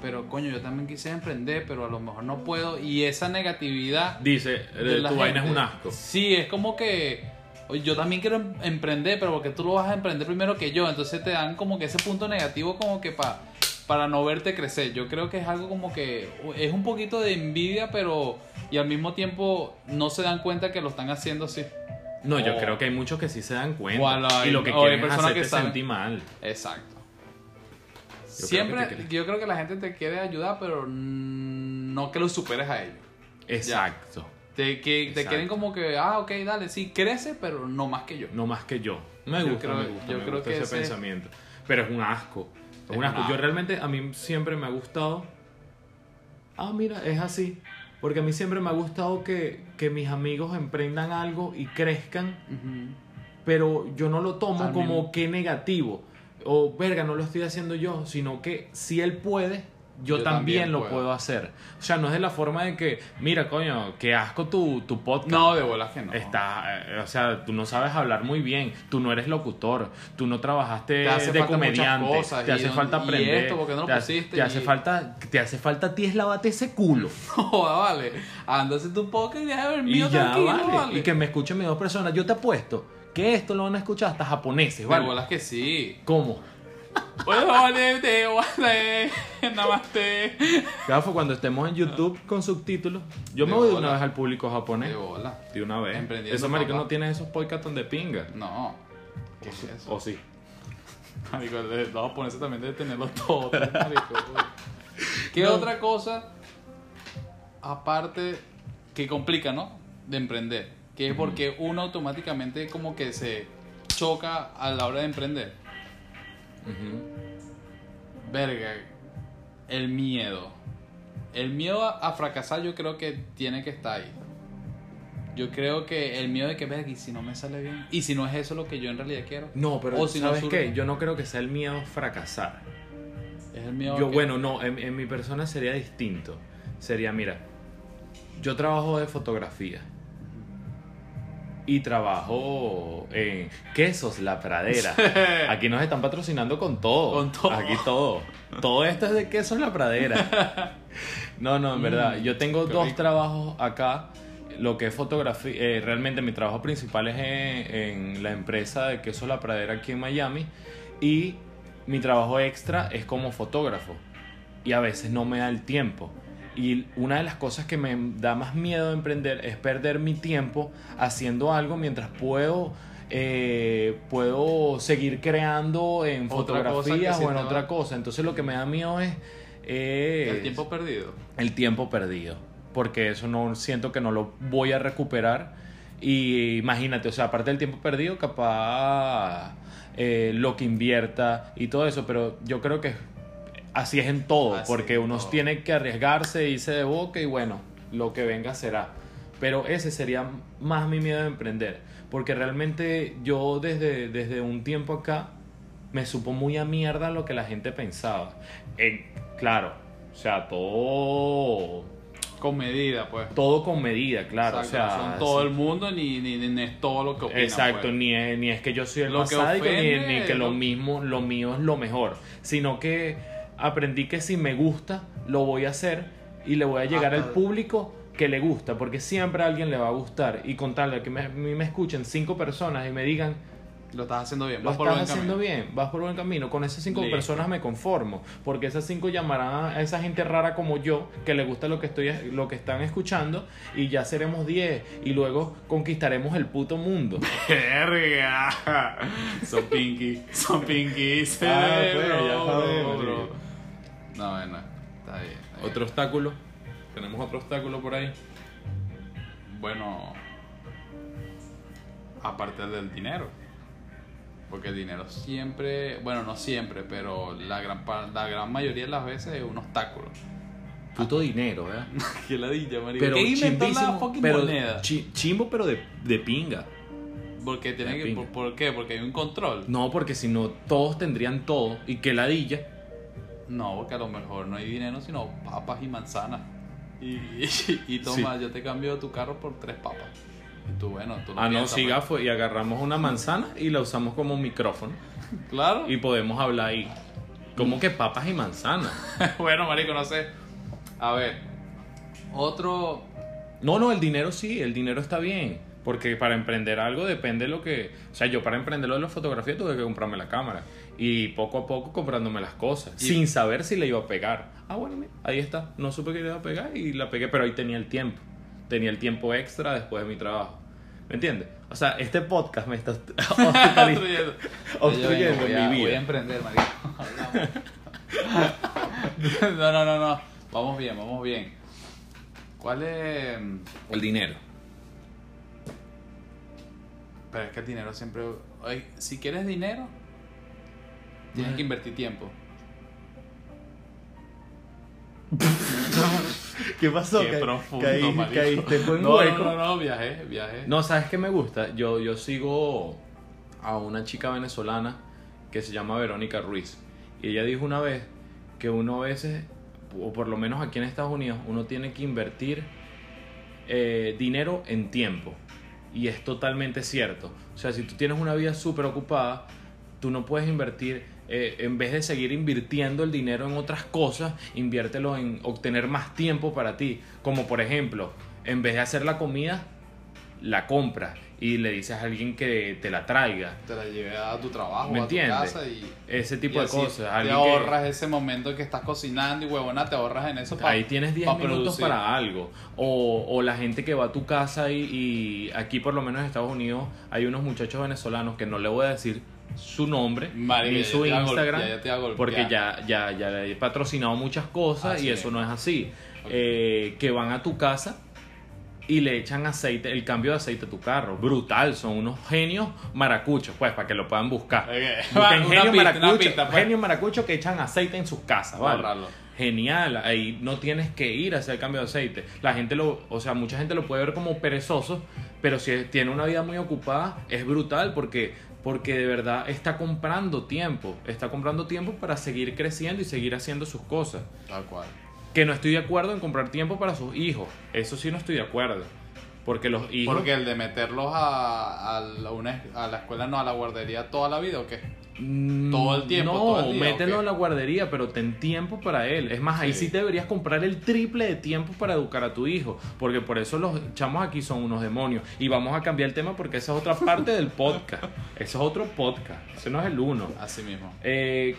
A: pero coño, yo también quise emprender, pero a lo mejor no puedo. Y esa negatividad
B: Dice,
A: de
B: eh,
A: la
B: tu vaina es
A: gente.
B: un asco.
A: Sí, es como que "Oye, yo también quiero em- emprender, pero porque tú lo vas a emprender primero que yo, entonces te dan como que ese punto negativo como que pa- para no verte crecer. Yo creo que es algo como que es un poquito de envidia, pero y al mismo tiempo no se dan cuenta que lo están haciendo así.
B: No, yo
A: O-
B: creo que hay muchos que sí se dan cuenta.
A: o a la-
B: y lo que
A: o Oh. hay
B: quieren es
A: personas
B: hacerte
A: que saben.
B: sentir mal.
A: Exacto.
B: te
A: Siempre
B: quiere-
A: yo creo que la gente te quiere ayudar, pero mm, no que lo superes a ellos.
B: Exacto.
A: Te, que, te
B: Exacto.
A: quieren como que, ah, ok, dale, sí, crece, pero no más que yo.
B: No más que yo. Me
A: Yo
B: gusta,
A: creo-
B: me gusta,
A: yo
B: me
A: creo
B: gusta
A: que
B: ese,
A: ese-
B: pensamiento. Pero es un asco. Es
A: Es
B: un
A: un
B: asco. Yo
A: asco.
B: realmente, a mí siempre me ha gustado. Ah, mira, es así. Porque a mí siempre me ha gustado que, que mis amigos emprendan algo y crezcan.
A: Ujú.
B: pero yo no lo tomo
A: Al
B: como
A: mismo-
B: que negativo. O verga, no lo estoy haciendo yo, sino que si él puede, yo,
A: Yo
B: también,
A: también
B: lo
A: puedo.
B: puedo hacer. O sea, no es de la forma de que, mira, coño, qué asco tu, tu podcast.
A: No, de bolas que no.
B: Está, eh, o sea, tú no sabes hablar muy bien, tú no eres locutor, tú no trabajaste
A: Te hace
B: de
A: falta muchas
B: comediante,
A: cosas,
B: te
A: y
B: hace
A: dónde-
B: falta
A: y
B: aprender,
A: esto, porque no lo
B: te, hace-
A: pusiste,
B: te hace
A: y-
B: falta, te hace falta a ti es lavarte ese culo
A: No, vale. Ah, Ándase tu poca y deja el mío
B: y ya
A: tranquilo,
B: vale.
A: vale.
B: y que me escuchen mis dos personas. Yo te apuesto que esto lo van a escuchar hasta japoneses,
A: De
B: ¿vale?
A: bolas que sí.
B: ¿Cómo?
A: Bueno, vale, te vale. Namaste.
B: Gafo, cuando estemos en YouTube con subtítulos, yo me
A: De
B: voy de
A: bola.
B: una vez al público japonés.
A: De bola.
B: De una vez.
A: Emprendiendo,
B: Esos maricos
A: papá.
B: no tienen esos podcasts donde pinga.
A: No. ¿Qué es eso?
B: O sí.
A: Marico, el- los japoneses también deben tenerlo todo. marico. ¿Qué
B: No.
A: otra cosa, aparte, que complica, ¿no? De emprender. Que es porque uno automáticamente como que se choca a la hora de emprender.
B: Ujú.
A: Verga, el miedo. El miedo a, a fracasar yo creo que tiene que estar ahí. Yo creo que el miedo de que, verga, y si no me sale bien, y si no es eso lo que yo en realidad quiero.
B: No, pero
A: O si no
B: ¿sabes
A: surge.
B: qué? Yo no creo que sea el miedo a fracasar.
A: Es el miedo
B: Yo,
A: que-
B: bueno, no, en, en mi persona sería distinto. Sería, mira, yo trabajo de fotografía. Y trabajo en Quesos La Pradera. Aquí nos están patrocinando con todo.
A: Con todo.
B: Aquí todo. Todo esto es de Quesos La Pradera. No, no, en
A: Mm,
B: verdad. Yo tengo
A: qué
B: dos
A: rico.
B: trabajos acá. Lo que es fotografía, eh, realmente mi trabajo principal es en, en la empresa de Quesos La Pradera aquí en Miami. Y mi trabajo extra es como fotógrafo y a veces no me da el tiempo. Y una de las cosas que me da más miedo de emprender es perder mi tiempo haciendo algo mientras puedo, eh, puedo seguir creando en
A: Otra cosa que
B: fotografías
A: sí
B: o en
A: te va-
B: otra cosa. Entonces lo que me da miedo es, es
A: El tiempo perdido.
B: el tiempo perdido. Porque eso no siento que no lo voy a recuperar. Y imagínate, o sea, aparte del tiempo perdido, capaz eh, lo que invierta y todo eso. Pero yo creo que así es en todo.
A: Así
B: porque
A: en
B: uno
A: todo.
B: tiene que arriesgarse, irse de boca y bueno, lo que venga será. Pero ese sería más mi miedo de emprender. Porque realmente yo desde, desde un tiempo acá me supo muy a mierda lo que la gente pensaba. Eh, claro, o sea, todo
A: con medida, pues.
B: Todo con medida, claro.
A: Exacto,
B: o sea,
A: no son todo el mundo ni, ni, ni es todo lo que opinan.
B: Exacto,
A: pues.
B: ni, es, ni es que yo soy el
A: Lo
B: más
A: que
B: sádico, ni-
A: ofende,
B: ni, que lo
A: lo-
B: mismo, lo mío es lo mejor, sino que aprendí que si me gusta, lo voy a hacer y le voy a llegar al
C: claro.
B: público que le gusta, porque siempre a alguien le va a gustar y con tal de que me, a mí me escuchen cinco personas y me digan,
A: Lo estás haciendo bien.
B: lo
A: Vas por
B: estás
A: buen
B: haciendo
A: camino.
B: bien, vas por buen camino, con esas cinco
A: Listo.
B: personas me conformo, porque esas cinco llamarán a esa gente rara como yo, que le gusta lo que, estoy, lo que están escuchando, y ya seremos diez, y luego conquistaremos el puto mundo.
A: Verga. Son pinky. Son pinky.
B: Ah, pues,
A: bro,
B: ya sabemos,
A: bro.
B: marico.
A: No, bueno. Está bien. está bien.
B: Otro obstáculo. Tenemos otro obstáculo por ahí.
A: Bueno. Aparte del dinero. Porque el dinero siempre, bueno, no siempre, pero la gran, pa- la gran mayoría de las veces es un obstáculo.
B: Puto dinero, ¿verdad?
A: Qué ladilla, marico.
B: Pero
A: ¿Qué inventó la
B: chimbísimo,
A: fucking
B: pero
A: moneda?
B: chi- chimbo, pero de, de pinga.
A: Porque tiene
B: La
A: que,
B: pinga.
A: por, ¿por qué? Porque hay un control.
B: No, porque si no, todos tendrían todo. Y que ladilla.
A: No, porque a lo mejor no hay dinero, sino papas y manzanas. Y, y, y toma, yo te cambio tu carro por tres papas. Y tú, bueno, tú lo
B: Ah, no,
A: piensas,
B: sí,
A: pues.
B: gafo. Y agarramos una manzana y la usamos como micrófono.
A: pues. Claro.
B: Y podemos hablar ahí. Como que papas y manzanas.
A: bueno, marico, no sé. A ver, otro...
B: No, no, el dinero sí, el dinero está bien. Porque para emprender algo depende lo que. O sea, yo para emprender lo de la fotografía tuve que comprarme la cámara. Y poco a poco comprándome las cosas.
A: Y-
B: Sin saber si le iba a pegar. Ah, bueno, mira, ahí está. No supe que le iba a pegar y la pegué. Pero ahí tenía el tiempo. Tenía el tiempo extra después de mi trabajo. ¿Me entiendes? O sea, este podcast me está obstaculizando
A: Obstruyendo.
B: obstruyendo
A: Voy a-
B: mi
A: Voy a
B: vida.
A: emprender, marico. Hablamos. no, no, no, no. Vamos bien, vamos bien. ¿Cuál es...?
B: El dinero.
A: Pero es que el dinero siempre... Ay, Si quieres dinero, tienes
B: Bueno.
A: que invertir tiempo.
B: ¿Qué pasó?
A: Qué
B: Ca-
A: profundo,
B: caí-
A: marico.
B: caíste, fue un
A: no,
B: hueco.
A: No, no, no, viajé, viajé.
B: No, ¿sabes qué me gusta? Yo, yo sigo a una chica venezolana que se llama Verónica Ruiz. Y ella dijo una vez que uno a veces, o por lo menos aquí en Estados Unidos, uno tiene que invertir eh, dinero en tiempo. Y es totalmente cierto. O sea, si tú tienes una vida súper ocupada, tú no puedes invertir, eh, en vez de seguir invirtiendo el dinero en otras cosas, inviértelo en obtener más tiempo para ti. Como por ejemplo, en vez de hacer la comida, la compras y le dices a alguien que te la traiga.
A: Te la llevé a tu trabajo,
B: ¿Me
A: a
B: entiendes?
A: tu casa y.
B: Ese tipo
A: y
B: de
A: así
B: cosas.
A: Te
B: Alguien que-
A: ahorras ese momento que estás cocinando y huevona, te ahorras en eso para.
B: Ahí tienes 10 minutos para algo. O, o la gente que va a tu casa y, y aquí por lo menos en Estados Unidos hay unos muchachos venezolanos que no le voy a decir su nombre
A: Marico,
B: ni
A: ya
B: su
A: te iba a
B: Instagram
A: golpear, ya te iba a golpear.
B: porque ya, ya, ya he patrocinado muchas cosas
A: Así
B: y
A: es.
B: eso no es así.
A: Ok.
B: Eh, que van a tu casa y le echan aceite, el cambio de aceite a tu carro. Brutal, son unos genios maracuchos, pues, para que lo puedan buscar.
A: Ok.
B: Busquen
A: Una
B: genios
A: pista, una
B: maracuchos,
A: pista, pues.
B: genios maracuchos que echan aceite en sus casas, ¿vale?
A: Ahorrarlo.
B: Genial, ahí no tienes que ir a hacer el cambio de aceite. La gente lo, o sea, mucha gente lo puede ver como perezoso, pero si es- tiene una vida muy ocupada, es brutal porque, porque de verdad está comprando tiempo, está comprando tiempo para seguir creciendo y seguir haciendo sus cosas.
A: Tal cual.
B: Que no estoy de acuerdo en comprar tiempo para sus hijos, eso sí no estoy de acuerdo, porque los hijos...
A: Porque el de meterlos a, a, la, una- a la escuela, no, a la guardería toda la vida, ¿o qué?
B: Mm,
A: Todo el tiempo,
B: No,
A: todo el día,
B: mételo
A: ¿o qué?
B: a la guardería, pero ten tiempo para él. Es más, ahí
A: Sí.
B: sí deberías comprar el triple de tiempo para educar a tu hijo. Porque por eso los chamos aquí son unos demonios. Y vamos a cambiar el tema porque esa es otra parte del podcast. Eso es otro podcast. Ese no es el uno.
A: Así mismo.
B: Eh,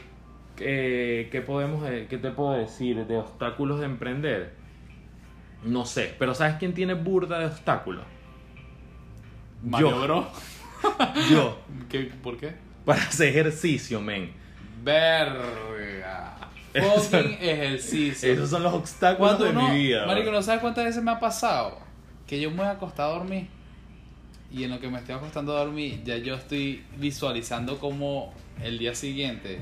B: eh, ¿qué, podemos, eh, ¿Qué te puedo decir de obstáculos de emprender? No sé, pero ¿sabes quién tiene burda de obstáculos?
A: Mario
B: Yo.
A: Bro.
B: Yo.
A: ¿Qué, ¿Por qué?
B: Para hacer ejercicio, men.
A: Verga.
B: Eso-
A: Fucking ejercicio.
B: Esos son los obstáculos
A: Cuando
B: de
A: uno,
B: mi vida.
A: Marico,
B: bro.
A: ¿no sabes cuántas veces me ha pasado? Que yo me voy a acostar a dormir. Y en lo que me estoy acostando a dormir, ya yo estoy visualizando como el día siguiente.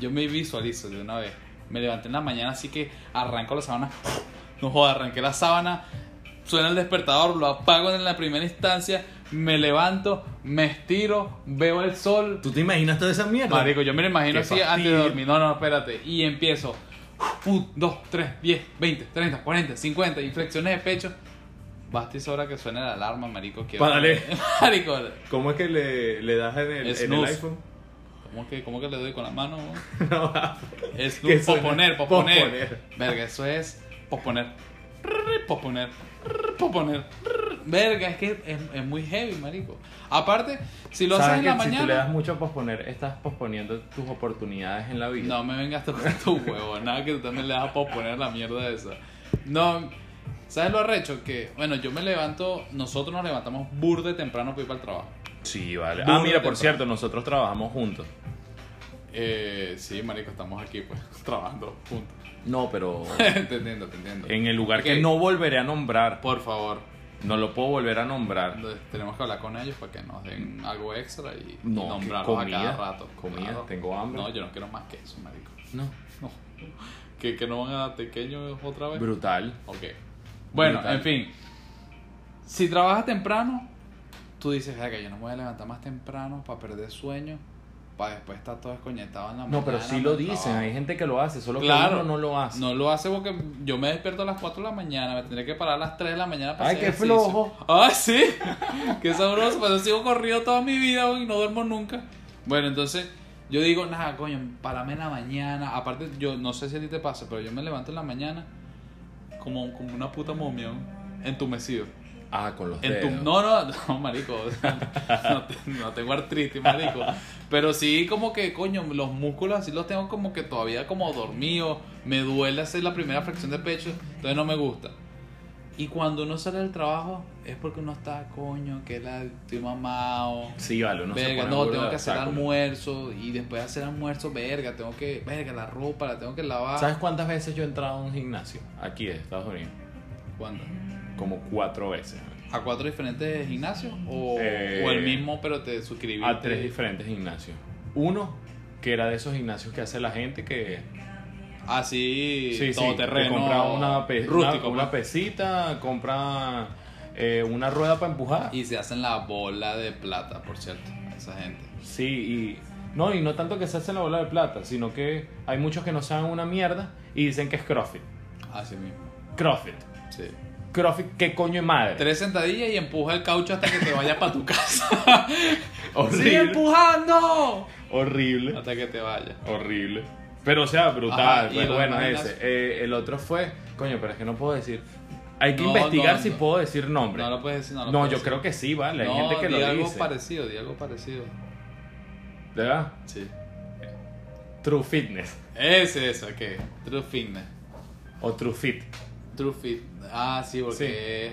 A: Yo me visualizo de una vez. Me levanté en la mañana, así que arranco la sábana. No joda, arranqué la sábana. Suena el despertador, lo apago en la primera instancia. Me levanto, me estiro, veo el sol.
B: ¿Tú te imaginas toda esa mierda?
A: Marico, yo me lo imagino
B: Qué
A: así
B: fastidio.
A: antes de dormir. No, no, espérate. Y empiezo. 1, 2, 3, 10, 20, 30, 40, 50 y flexiones de pecho. Basta y sobra que suene la alarma, marico. Quiero...
D: Párale.
A: Marico,
D: ¿Cómo es que le, le das en el, en el
A: Snooze.
D: iPhone?
A: ¿cómo que, ¿cómo que le doy con la mano? weón?
D: No, va.
A: Es
D: Que
A: un
D: suena-
A: posponer, posponer,
D: posponer.
A: Verga, eso es posponer. Rrr, Posponer. rrr, Posponer. rrr. Verga, es que es, es muy heavy, marico. Aparte, si lo haces
B: ¿Sabes
A: en
B: que
A: la
B: si tú le das
A: mañana.
B: mucho a posponer, estás posponiendo tus oportunidades en la vida?
A: No me vengas a tocar tu huevo, nada que tú también le das a posponer la mierda esa. No. ¿Sabes lo arrecho? Que, bueno, yo me levanto, nosotros nos levantamos burde temprano para ir para el trabajo.
B: Sí, vale.
A: Duro
B: Ah, mira, por
A: temprano.
B: cierto, nosotros trabajamos juntos.
A: Eh, sí, marico, estamos aquí, pues, trabajando juntos.
B: No, pero
A: te entiendo, te entiendo.
B: en el lugar
A: Ok.
B: que no volveré a nombrar.
A: Por favor,
B: No lo puedo volver a nombrar.
A: Entonces, tenemos que hablar con ellos para que nos den algo extra y,
B: No,
A: y
B: que
A: nombrarlos
B: comida,
A: a cada rato.
B: comida, tengo hambre.
A: No, yo no quiero más que eso, marico.
B: No.
A: No. ¿Que, que no van a dar pequeños otra vez?
B: Brutal.
A: ok. Bueno,
B: Brutal.
A: en fin. Si trabajas temprano, tú dices, que yo no me voy a levantar más temprano para perder sueño, para después estar todo desconectado en la mañana.
B: No, pero sí lo
A: del
B: dicen.
A: trabajo".
B: Hay gente que lo hace, solo
A: Claro.
B: que uno no lo hace.
A: No lo hace porque yo me despierto a las 4 de la mañana, me tendré que parar a las 3 de la mañana para
B: Ay,
A: hacer
B: qué
A: ejercicio.
B: flojo.
A: Ah, sí. qué sabroso, pero sigo corrido toda mi vida y no duermo nunca. Bueno, entonces yo digo, nada, coño, parame en la mañana. Aparte, yo no sé si a ti te pasa, pero yo me levanto en la mañana como, como una puta momia, ¿no? entumecido.
B: Ah, con los
A: En
B: dedos.
A: tu, no, no, no, marico. o sea, No, te- no tengo artritis, marico. Pero sí, como que, coño, los músculos así los tengo como que todavía como dormidos. Me duele hacer la primera fracción de pecho, entonces no me gusta. Y cuando uno sale del trabajo, es porque uno está, coño, que la, estoy mamado.
B: Sí, vale, uno se
A: verga,
B: pone
A: no,
B: burda
A: tengo
B: de
A: que hacer
B: obstáculo.
A: almuerzo. Y después de hacer almuerzo, verga, tengo que, verga, la ropa la tengo que lavar.
B: ¿Sabes cuántas veces yo he entrado a un gimnasio? Aquí en Estados Unidos.
A: ¿Cuándo?
B: Como cuatro veces.
A: ¿A cuatro diferentes gimnasios? ¿O,
B: Eh,
A: o el mismo, pero te suscribiste?
B: A tres diferentes gimnasios. Uno, que era de esos gimnasios que hace la gente que
A: así
B: sí, sí,
A: todo terreno
B: que compra una, pe-
A: rústico
B: una, una
A: pues.
B: pesita, compra eh, una rueda para empujar.
A: y se hacen la bola de plata por cierto esa gente
B: Sí, y no, y no tanto que se hacen la bola de plata, sino que hay muchos que no saben una mierda y dicen que es CrossFit.
A: así mismo
B: CrossFit.
A: sí
B: CrossFit, ¿qué coño es madre?
A: tres sentadillas y empuja el caucho hasta que te vayas para tu casa sigue
B: Horrible.
A: empujando
B: horrible.
A: hasta que te vayas
B: Horrible. Pero, o sea,
A: Ajá,
B: brutal.
A: y
B: pues,
A: lo
B: bueno,
A: demás
B: ese.
A: las-
B: Eh, el otro fue, coño, pero es que no puedo decir. Hay que
A: No,
B: investigar
A: no,
B: si
A: no.
B: puedo decir nombre.
A: no lo puedes decir no, lo
B: No,
A: puedes
B: yo
A: decir.
B: creo que sí, vale. Hay
A: no,
B: gente que
A: di
B: lo
A: algo
B: dice.
A: parecido di algo parecido
B: ¿De verdad?
A: sí
B: True Fitness
A: ese eso que true fitness
B: o True Fit.
A: true fit ah sí porque
B: Sí.
A: es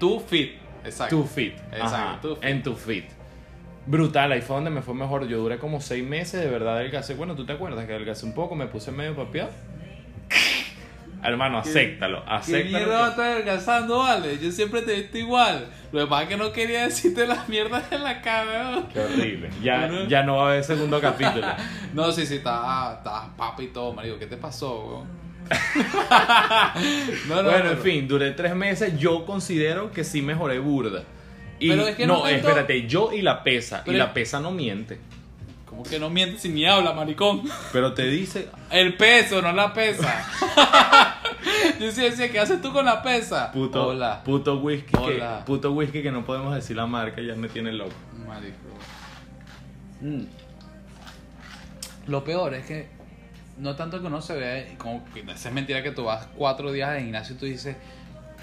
A: tu fit exacto
B: Too Fit.
A: Exacto,
B: Ajá,
A: Too Fit.
B: En Too Fit. Brutal, ahí fue donde me fue mejor. Yo duré como seis meses, de verdad adelgacé. Bueno, ¿tú te acuerdas que adelgacé un poco? Me puse medio papiado. Hermano, acéptalo,
A: ¿Qué
B: acéptalo.
A: mierda va a estar adelgazando, vale? Yo siempre te he visto igual. Lo que pasa es que no quería decirte las mierdas en la cara. ¿no?
B: Qué horrible. Ya, ya no va a haber segundo capítulo.
A: No, sí, sí, estabas papa y todo, marico. ¿Qué te pasó, weón? No, no,
B: bueno,
A: pero-
B: en fin, duré tres meses. Yo considero que sí mejoré burda. Y
A: Pero es que
B: no,
A: no tanto-
B: espérate, yo y la pesa.
A: Pero-
B: y la pesa no miente.
A: Como que no mientes si ni habla, maricón.
B: Pero te dice,
A: El peso, no la pesa. Yo sí decía, ¿qué haces tú con la pesa?
B: puto,
A: Hola.
B: puto whisky,
A: Hola.
B: Que, puto whisky que no podemos decir la marca, ya me tiene loco.
A: Marico. Mm. Lo peor es que no tanto que uno se ve, como que es mentira que tú vas cuatro días al gimnasio y tú dices,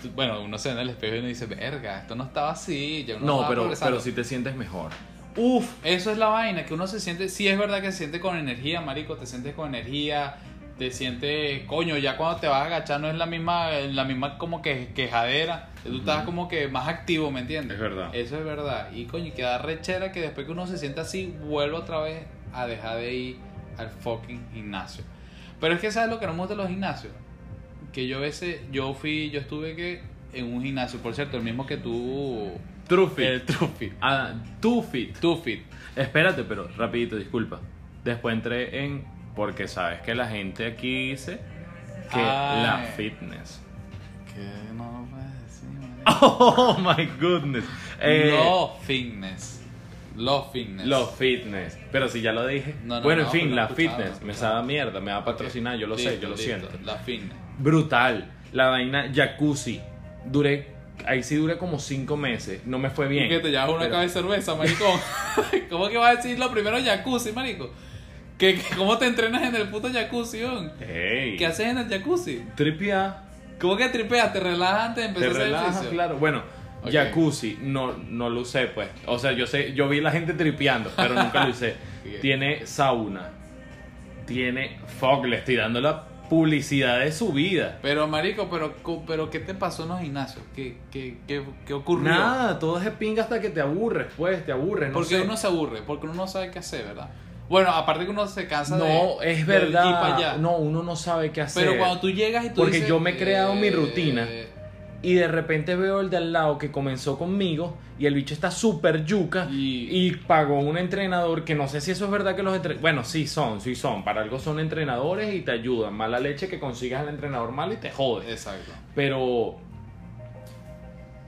A: tú- bueno, uno se ve en el espejo y uno dice, verga, esto no estaba así, ya uno
B: No,
A: estaba
B: pero,
A: progresando".
B: pero si te sientes mejor.
A: Uf, eso es la vaina, que uno se siente, sí es verdad que se siente con energía, marico, te sientes con energía, te sientes, coño, ya cuando te vas a agachar no es la misma, la misma como que quejadera, tú estás como que más activo, ¿me entiendes?
B: Es verdad.
A: Eso es verdad, y coño, y queda rechera que después que uno se sienta así, vuelve otra vez a dejar de ir al fucking gimnasio. Pero es que sabes lo que no me gusta de los gimnasios, que yo a veces, yo fui, yo estuve que en un gimnasio, por cierto, el mismo que tú,
B: True fit.
A: el Trufit,
B: Ah, two fit.
A: Tufit.
B: Espérate, pero rapidito, disculpa. Después entré en, porque sabes que la gente aquí dice que
A: Ah.
B: la fitness.
A: Que no lo puedes decir, marico.
B: Oh my goodness. Eh,
A: no, fitness. Los fitness.
B: Los fitness. Pero si ya lo dije.
A: No, no,
B: bueno,
A: no,
B: en fin,
A: pero lo
B: la
A: escuchaba, lo
B: fitness. Me
A: escuchaba.
B: sabe mierda, me va a patrocinar, yo lo sé,
A: Listo,
B: yo lo
A: listo,
B: siento.
A: Los fitness.
B: Brutal. La vaina jacuzzi. Duré. Ahí sí duré como cinco meses. No me fue bien.
A: ¿Y que te llevas una
B: pero-
A: cabeza de cerveza, maricón? ¿Cómo que vas a decir lo primero jacuzzi, marico? ¿Qué, qué- cómo te entrenas en el puto jacuzzi, weón?
B: Ey.
A: ¿Qué haces en el jacuzzi?
B: Tripia.
A: ¿Cómo que tripeas? ¿Te relajas antes de
B: Te
A: empezar el
B: relajas,
A: ejercicio?
B: claro. Bueno,
A: Ok.
B: jacuzzi no, no lo usé, pues. O sea, yo sé, yo vi la gente tripeando, pero nunca lo usé.
A: Bien.
B: Tiene sauna. Tiene fog, le estoy dando la publicidad de su vida.
A: Pero, marico, pero, cu- pero ¿qué te pasó en los gimnasios? ¿Qué, qué, qué, qué ocurrió?
B: Nada, todo es de pinga hasta que te aburres, pues, te aburres. No
A: Porque
B: sé.
A: uno se aburre, porque uno no sabe qué hacer, ¿verdad? Bueno, aparte que uno se cansa de...
B: No, es
A: de ir
B: verdad.
A: para allá.
B: No, uno no sabe qué hacer.
A: Pero cuando tú llegas y tú
B: Porque
A: dices,
B: yo me he creado mi rutina.
A: eh,
B: Y de repente veo el de al lado que comenzó conmigo y el bicho está súper yuca
A: Y-
B: y... pagó un entrenador que no sé si eso es verdad que los entrenadores... Bueno, sí son, sí son. Para algo son entrenadores y te ayudan. Mala leche que consigas al entrenador malo y te jodes.
A: Exacto.
B: Pero...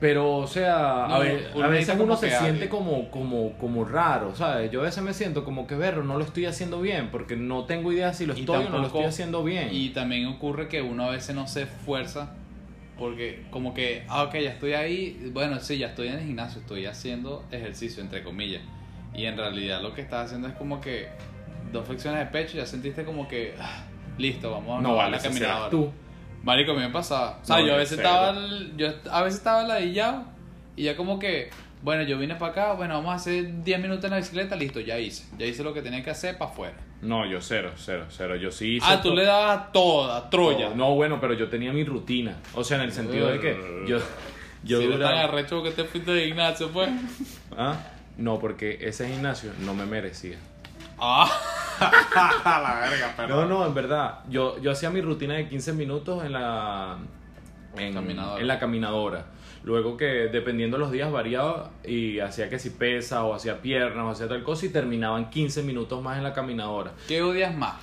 B: Pero, o sea,
A: No,
B: a, ve-
A: uno
B: a veces
A: necesita
B: uno
A: como
B: se
A: que
B: siente
A: alguien.
B: como, como, como raro, ¿sabes? Yo a veces me siento como que, verlo, no lo estoy haciendo bien porque no tengo idea si lo
A: Y
B: estoy o no lo
A: tampoco-
B: estoy haciendo bien.
A: Y también ocurre que uno a veces no se esfuerza porque como que, ah, ok, ya estoy ahí, bueno, sí, ya estoy en el gimnasio, estoy haciendo ejercicio, entre comillas. Y en realidad lo que estás haciendo es como que dos flexiones de pecho, ya sentiste como que, ah, listo, vamos a
B: no vale,
A: la
B: ese serás
A: caminadora.
B: tú.
A: Marico, a mí me pasaba. O sea,
B: No,
A: yo a
B: en
A: veces
B: serio.
A: estaba al- yo a veces estaba ladillado y ya como que, bueno, yo vine para acá, bueno, vamos a hacer 10 minutos en la bicicleta, listo, ya hice. Ya hice lo que tenía que hacer para afuera.
B: No, yo cero, cero, cero. Yo sí hice
A: Ah, tú
B: to-
A: le dabas toda, Troya.
B: No, no, bueno, pero yo tenía mi rutina. O sea, en el sentido de que yo, yo
A: Yo si no
B: duraba-
A: tan arrecho que te fuiste de Ignacio, pues.
B: ¿Ah? No, porque ese gimnasio no me merecía.
A: Ah,
B: No, no, en verdad. Yo, yo hacía mi rutina de 15 minutos en la en,
A: Caminadora.
B: en la caminadora. Luego que dependiendo los días variaba y hacía que si pesa o hacía piernas o hacía tal cosa y terminaban 15 minutos más en la caminadora.
A: ¿qué odias más?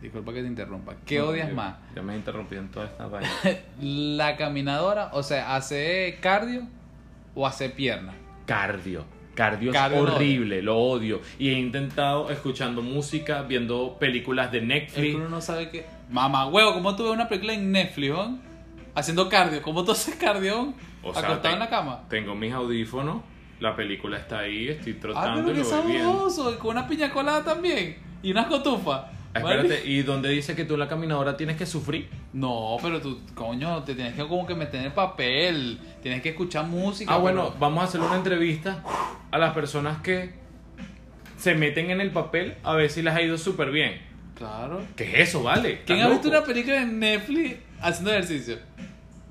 A: Disculpa que te interrumpa. ¿Qué odias
B: Yo-
A: más?
B: Ya me interrumpí en toda esta vaina.
A: ¿La caminadora? O sea, ¿hace cardio o hace pierna?
B: cardio. Cardio es
A: Cardio lo
B: horrible, lo odio. Y he intentado escuchando música, viendo películas de
A: Es que
B: Netflix.
A: uno no sabe qué. Mamá, huevo, ¿cómo tú ves una película en Netflix, ¿on? Haciendo cardio. ¿Cómo tú haces cardio? ¿on?
B: O sea,
A: Acostado
B: te-
A: en la cama.
B: Tengo mis audífonos, la película está ahí, estoy
A: Ah,
B: trotando
A: pero
B: y
A: qué
B: lo voy viendo.
A: sabroso. Y con una piña colada también. Y unas cotufas.
B: Ah,
A: Vale.
B: Espérate, ¿y dónde dice que tú en la caminadora tienes que sufrir?
A: No, pero tú, coño, te tienes que como que meter en el papel. Tienes que escuchar música.
B: Ah,
A: pero-
B: bueno, vamos a hacer una entrevista a las personas que se meten en el papel a ver si les ha ido súper bien.
A: Claro.
B: ¿Qué es eso, vale?
A: ¿Quién ha
B: ¿Estás
A: visto
B: loco?
A: una película en Netflix haciendo ejercicio?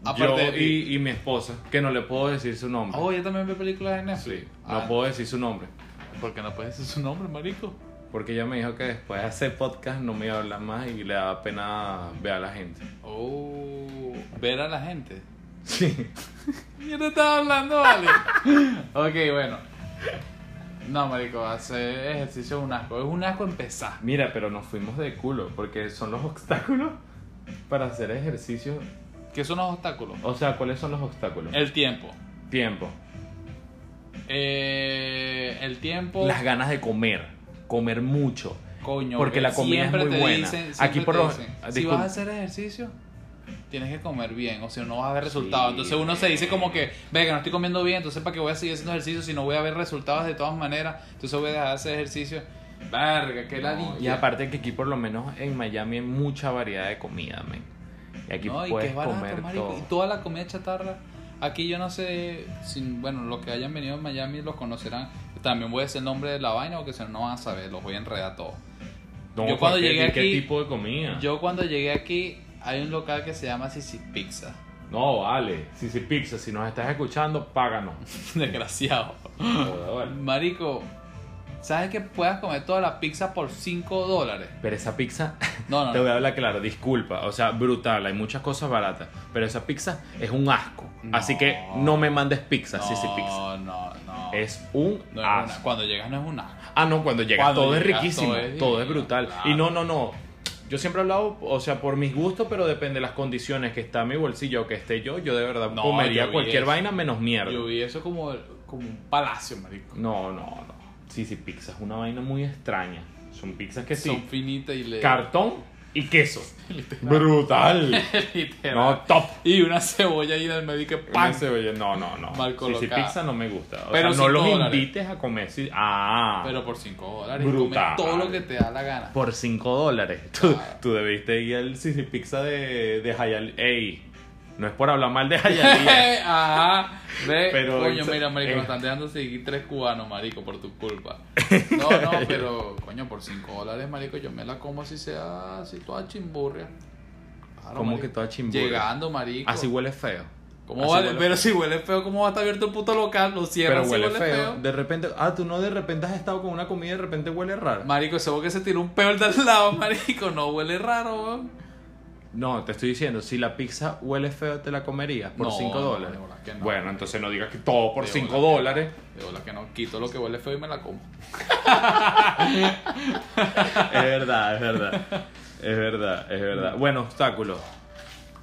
B: Yo
A: Aparte de ti.
B: y, y mi esposa, que no le puedo decir su nombre.
A: Oh, yo también veo películas en Netflix.
B: Sí, no
A: Ah,
B: puedo decir su nombre.
A: Porque no puedes decir su nombre, marico.
B: Porque ella me dijo que después de hacer podcast no me iba a hablar más y le daba pena ver a la gente.
A: Oh, ver a la gente.
B: Sí.
A: Yo no estaba hablando, vale. ok, bueno. No, marico, hacer ejercicio es un asco. Es un asco empezar.
B: Mira, pero nos fuimos de culo porque son los obstáculos para hacer ejercicio.
A: ¿Qué son los obstáculos?
B: O sea, ¿cuáles son los obstáculos?
A: El tiempo.
B: tiempo.
A: Eh, el tiempo.
B: Las ganas de comer. Comer mucho.
A: Coño,
B: porque
A: que
B: la comida es
A: siempre
B: muy
A: te
B: buena.
A: dicen-
B: Aquí
A: siempre
B: por
A: te
B: lo-
A: dicen,
B: ah,
A: si
B: discul-
A: vas a hacer ejercicio, tienes que comer bien, o si no, no vas a ver resultados.
B: Sí.
A: Entonces uno se dice como que, venga, no estoy comiendo bien, entonces para qué voy a seguir haciendo ejercicio si no voy a ver resultados de todas maneras, entonces voy a dejar de hacer ejercicio. Verga, qué ladilla.
B: y aparte que aquí por lo menos en Miami hay mucha variedad de comida, men. Y aquí
A: No, y que
B: puedes
A: es barato,
B: comer
A: marico,
B: todo.
A: Y toda la comida chatarra. Aquí yo no sé, si, bueno, los que hayan venido a Miami los conocerán. También voy a decir el nombre de la vaina porque si no, no van a saber, los voy a enredar todos.
B: No,
A: Yo cuando
B: porque,
A: llegué
B: ¿y ¿Qué
A: aquí-
B: tipo de comida?
A: Yo cuando llegué aquí hay un local que se llama Sisi Pizza.
B: No, vale. Si si Pizza, si nos estás escuchando, páganos.
A: Desgraciado.
B: Joda, vale.
A: Marico, ¿sabes que puedas comer toda la pizza por 5 dólares?
B: Pero esa pizza,
A: No, no,
B: te
A: no.
B: voy a hablar claro, disculpa, o sea, brutal, hay muchas cosas baratas, pero esa pizza es un asco. Así que no me mandes pizza, sí, sí, pizza.
A: No, no, no.
B: Es un
A: No es una-
B: asco.
A: Cuando llegas no es una.
B: Ah, no, cuando llegas
A: Cuando
B: todo es
A: llegas,
B: riquísimo,
A: todo
B: todo
A: es
B: es,
A: divino,
B: brutal.
A: claro.
B: Y no, no, no. Yo siempre he hablado, o sea, por mis gustos, pero depende de las condiciones que está mi bolsillo o que esté yo, yo de verdad
A: No, yo
B: comería
A: vi
B: cualquier
A: eso.
B: vaina menos mierda.
A: Yo vi eso como, como un palacio, marico.
B: No, no, no. Sí, sí, pizza es una vaina muy extraña. Son pizzas que
A: Son
B: sí.
A: finitas y le.
B: Cartón y queso. Brutal.
A: literal.
B: No, top.
A: Y una cebolla ahí del medio que ¡pam!
B: Una cebolla- No, no, no.
A: Mal
B: Sí, sí,
A: colocada.
B: pizza no me gusta. O
A: Pero
B: sea,
A: cinco
B: no los
A: dólares.
B: invites a comer. sí. Ah.
A: Pero por 5 dólares.
B: Brutal.
A: Brutal. todo lo que te da la gana.
B: Por 5 dólares. Tú, tú debiste ir al Sisi Pizza de, de Hayal. Ey, no es por hablar mal de Hayalía.
A: Ajá. Ve,
B: Pues, Pero
A: coño,
B: eso-
A: mira, marico,
B: eh.
A: me están dejando seguir tres cubanos, marico, por tu culpa. No, no, pero, coño, por 5 dólares, marico, yo me la como así sea, así toda chimburria. Claro,
B: Como
A: marico.
B: que toda chimburria. Ah,
A: Llegando, marico.
B: Así huele feo.
A: ¿Cómo
B: así
A: vale?
B: Ah, huele
A: Pero si huele feo, ¿cómo va a estar abierto el puto local? Lo cierran
B: Pero
A: si
B: huele feo. De repente, ah, tú no de repente has estado con una comida y de repente huele raro.
A: Marico, ese que se tiró un peo al de al lado, marico, no huele raro, weón.
B: No, te estoy diciendo, si la pizza huele feo, te la comerías por
A: No,
B: 5
A: no,
B: dólares.
A: de bolas que no.
B: Bueno, entonces no digas que todo por
A: De
B: 5
A: bolas que no.
B: dólares.
A: De verdad que no, quito lo que huele feo y me la como.
B: es verdad, es verdad. Es verdad, es verdad. Bueno, obstáculos.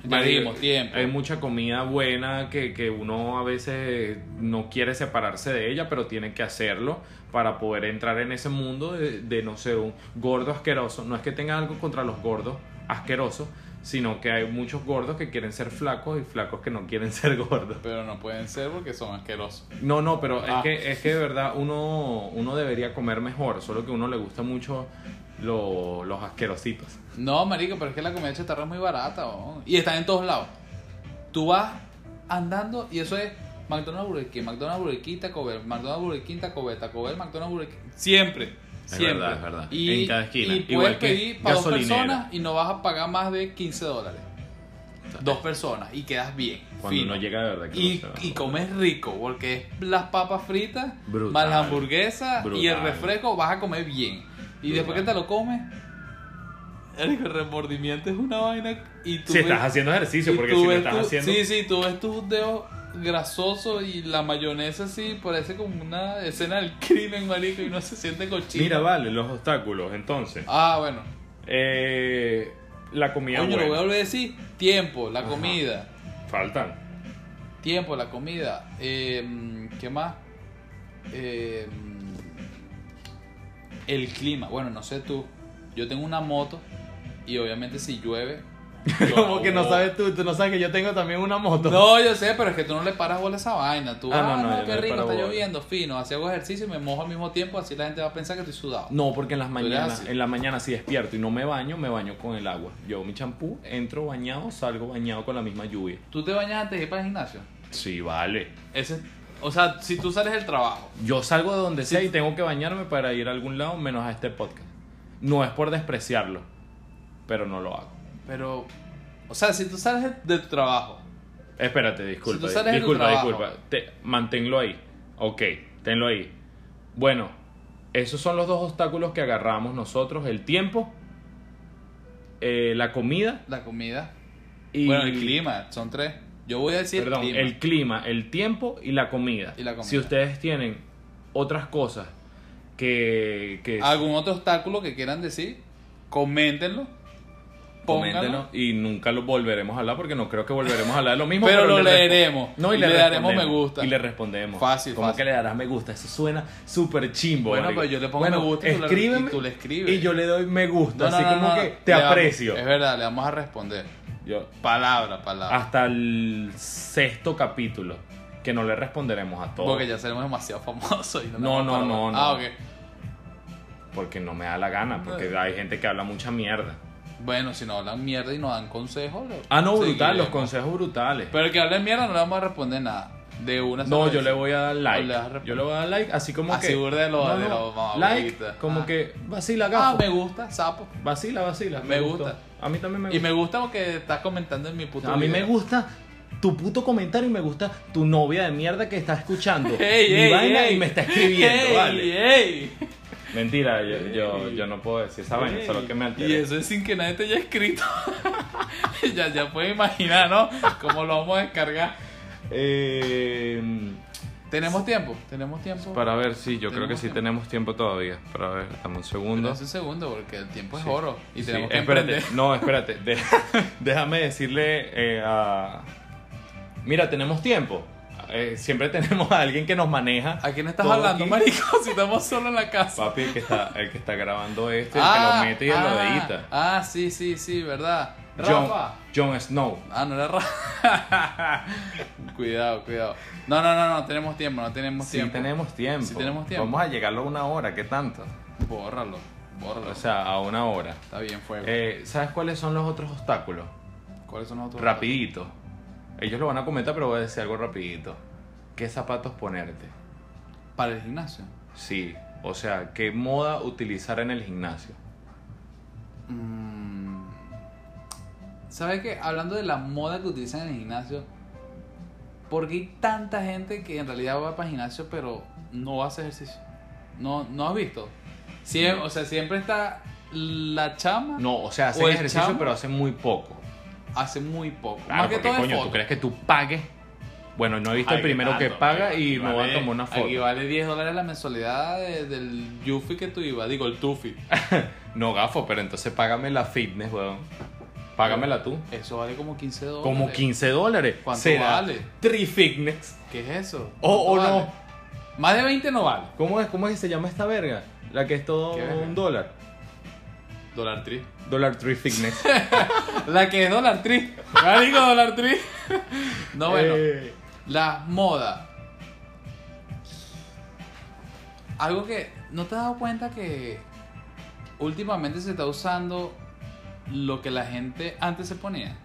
A: Ya
B: Marico,
A: dijimos, tiempo.
B: Hay mucha comida buena que, que uno a veces no quiere separarse de ella, pero tiene que hacerlo para poder entrar en ese mundo de, de, no sé, un gordo asqueroso. No es que tenga algo contra los gordos asquerosos, sino que hay muchos gordos que quieren ser flacos y flacos que no quieren ser gordos.
A: Pero no pueden ser porque son asquerosos.
B: No, no, pero
A: Ah.
B: es, que, es que de verdad uno, uno debería comer mejor, solo que a uno le gusta mucho lo- los asquerositos.
A: No, marico, pero es que la comida chatarra es muy barata, weón. Y están en todos lados. Tú vas andando y eso es McDonald's Burger King, McDonald's Burger King, Taco Bell, McDonald's Burger King, Taco Bell, Taco Bell, McDonald's Burger King. Siempre.
B: Es
A: siempre.
B: verdad, es verdad.
A: Y,
B: En cada esquina.
A: Y puedes
B: Igual que
A: pedir para dos
B: gasolinera.
A: personas y no vas a pagar más de 15 dólares. Dos personas y quedas bien.
B: Cuando
A: fino.
B: uno llega de verdad que
A: Y,
B: no se va.
A: y comes rico, porque es las papas fritas,
B: Brutal.
A: más la hamburguesa y el
B: Brutal.
A: refresco, vas a comer bien. Y después que te lo comes, el remordimiento es una vaina. Y tú
B: Si
A: ves-
B: estás haciendo ejercicio,
A: y
B: porque
A: tú
B: si no
A: ves
B: estás
A: tu-
B: haciendo...
A: Sí, sí, tú ves tus dedos grasosos y la mayonesa así, parece como una escena del crimen, marico, y no se siente cochino.
B: Mira, vale, los obstáculos, entonces.
A: Ah, bueno.
B: Eh, la comida
A: Coño, lo voy a
B: buena.
A: volver a decir. Tiempo, la comida.
B: Faltan.
A: Tiempo, la comida. eh, ¿Qué más? Eh, el clima. Bueno, no sé tú. Yo tengo una moto y obviamente si llueve. yo
E: Como que no
A: hago-
E: sabes tú, tú no sabes que yo tengo también una moto.
A: No, yo sé, pero es que tú no le paras bola a esa vaina. Tú,
B: Ah,
A: ah,
B: no,
A: no,
B: no, yo no
A: qué
B: le
A: rico,
B: paro
A: está
B: bola.
A: lloviendo, fino. Así hago ejercicio y me mojo al mismo tiempo, así la gente va a pensar que estoy sudado.
B: No, porque en las
A: eres
B: mañanas,
A: así.
B: en la mañana si despierto y no me baño, me baño con el agua. Yo mi champú, entro bañado, salgo bañado con la misma lluvia.
A: ¿Tú te bañas antes de ir para el gimnasio?
B: Sí, vale.
A: Ese, o sea, si tú sales del trabajo.
B: Yo salgo de donde sea y tengo que bañarme para ir a algún lado menos a este podcast. No es por despreciarlo, pero no lo hago.
A: Pero, o sea, si tú sales de tu trabajo,
B: Espérate, disculpa.
A: Si tú sales de tu
B: disculpa,
A: trabajo.
B: disculpa. Te- manténlo ahí. Ok, tenlo ahí. Bueno, esos son los dos obstáculos que agarramos nosotros: el tiempo, eh, la comida
A: la comida.
B: y.
A: Bueno, el clima, son tres. Yo voy a decir
B: Perdón,
A: el clima.
B: el clima, el tiempo y la comida.
A: Y la comida.
B: Si ustedes tienen otras cosas que. que
A: ¿Algún otro obstáculo que quieran decir? Coméntenlo.
B: coméntenos,
A: Pónganlo.
B: y nunca lo volveremos a hablar porque no creo que volveremos a hablar de lo mismo.
A: Pero lo
B: le respo-
A: leeremos.
B: No, y,
A: Y
B: le,
A: le daremos
B: respondemos.
A: me gusta.
B: Y le respondemos.
A: Fácil,
B: ¿Cómo
A: fácil.
B: que le darás me gusta? Eso suena súper chimbo.
A: Bueno,
B: marico.
A: pero yo le pongo me gusta y tú le-
B: escríbeme,
A: y tú le escribes.
B: Y yo le doy me gusta.
A: No, no,
B: así
A: no,
B: como
A: no,
B: que
A: no.
B: te
A: Le vamos-
B: aprecio.
A: es verdad, le vamos a responder.
B: Yo-
A: Palabra, palabra.
B: hasta el sexto capítulo. Que no le responderemos a todos.
A: Porque ya seremos demasiado famosos. y le
B: No,
A: vamos
B: no,
A: a parar.
B: no, no.
A: Ah, ok.
B: Porque no me da la gana. Porque hay gente que habla mucha mierda.
A: Bueno, si no hablan mierda y nos dan consejos. lo-
B: Ah, no, brutal.
A: seguiremos.
B: Los consejos brutales.
A: Pero el que hable mierda no le vamos a responder nada. De una
B: No,
A: sola
B: yo
A: vez.
B: le voy a dar
A: O le
B: like.
A: das respuesta.
B: Yo le voy a dar like, así como
A: Así
B: que.
A: burda de lo- de lo mamá
B: like,
A: huevita.
B: como
A: Ah.
B: que vacila,
A: Ah,
B: gafo.
A: me gusta, sapo.
B: Vacila, vacila.
A: Me
B: gustó.
A: gusta.
B: A mí también me gusta.
A: Y me gusta porque estás comentando en mi puto
B: a mí me
A: video.
B: gusta tu puto comentario y me gusta tu novia de mierda que está escuchando
A: Ey,
B: mi
A: ey,
B: vaina
A: ey.
B: y me está escribiendo,
A: Ey,
B: vale.
A: ey.
B: Mentira, yo, yo, yo no puedo decir esa vaina, solo que me altera.
A: Y eso es sin que nadie te haya escrito. ya, ya puedes imaginar, ¿no? Cómo lo vamos a descargar.
B: Eh,
A: ¿Tenemos tiempo? ¿Tenemos tiempo?
B: para ver, sí, yo creo que sí
A: Tenemos tiempo.
B: tenemos tiempo todavía. Para ver, dame un segundo.
A: Pero es un segundo, porque el tiempo es
B: Sí.
A: oro. Y
B: Sí,
A: tenemos que
B: espérate,
A: emprender.
B: No, espérate. de- déjame decirle eh, a. Mira, tenemos tiempo. eh, siempre tenemos a alguien que nos maneja.
A: ¿A quién estás
B: todo
A: hablando,
B: aquí.
A: marico? Si estamos solo en la casa.
B: Papi, el que está, el que está grabando esto, el que lo mete y el lo
A: ah,
B: edita.
A: Ah, sí, sí, sí, ¿verdad?
B: John,
A: Rafa.
B: John Snow.
A: Ah, no era Rafa. cuidado, cuidado. No, no, no, no tenemos tiempo, no tenemos
B: Si
A: tiempo.
B: tenemos tiempo.
A: Sí tenemos tiempo.
B: Vamos a llegarlo a una hora, ¿qué tanto?
A: Bórralo, bórralo.
B: O sea, a una hora.
A: Está bien, fuego.
B: Eh, ¿Sabes cuáles son los otros obstáculos?
A: ¿Cuáles son los otros?
B: Rapidito. Ellos lo van a comentar, pero voy a decir algo rapidito. ¿Qué zapatos ponerte?
A: Para el gimnasio.
B: Sí. O sea, ¿qué moda utilizar en el gimnasio?
A: Mm. ¿Sabes qué? Hablando de la moda que utilizan en el gimnasio, ¿por qué hay tanta gente que en realidad va para el gimnasio pero no hace ejercicio? ¿No, no has visto? Siem- O sea, siempre está la chama,
B: No, o sea,
A: O
B: hacen
A: el
B: ejercicio,
A: chamo.
B: pero hacen muy poco.
A: hace muy poco.
B: Claro,
A: Más que
B: porque,
A: todo en
B: coño,
A: foto.
B: ¿tú crees que tú pagues? Bueno, no he visto el
F: Ay, qué
B: primero que
F: tanto,
B: paga
F: pero
B: y me voy a
A: Vale-
B: tomar una
A: Aquí
B: foto.
A: vale 10 dólares la mensualidad de- del Yufi que tú ibas, digo, el Tufi.
B: No gafo, pero entonces págame la fitness, weón. Págamela tú.
A: Eso vale como 15 dólares.
B: Como 15 dólares.
A: ¿Cuánto
B: Será
A: vale?
B: Tri fitness.
A: ¿Qué es eso?
B: O o
A: ¿Cuánto
B: Oh, no.
A: vale? Más de 20 no vale.
B: ¿Cómo es, ¿Cómo es que se llama esta verga? La que es todo
A: ¿Qué verga?
B: un dólar.
A: Dólar 3.
B: Dólar Tree Fitness.
A: La que es Dollar Tree. Marico Dollar Tree. No, bueno.
B: Eh,
A: La moda. Algo que. ¿No te has dado cuenta que últimamente se está usando lo que la gente antes se ponía?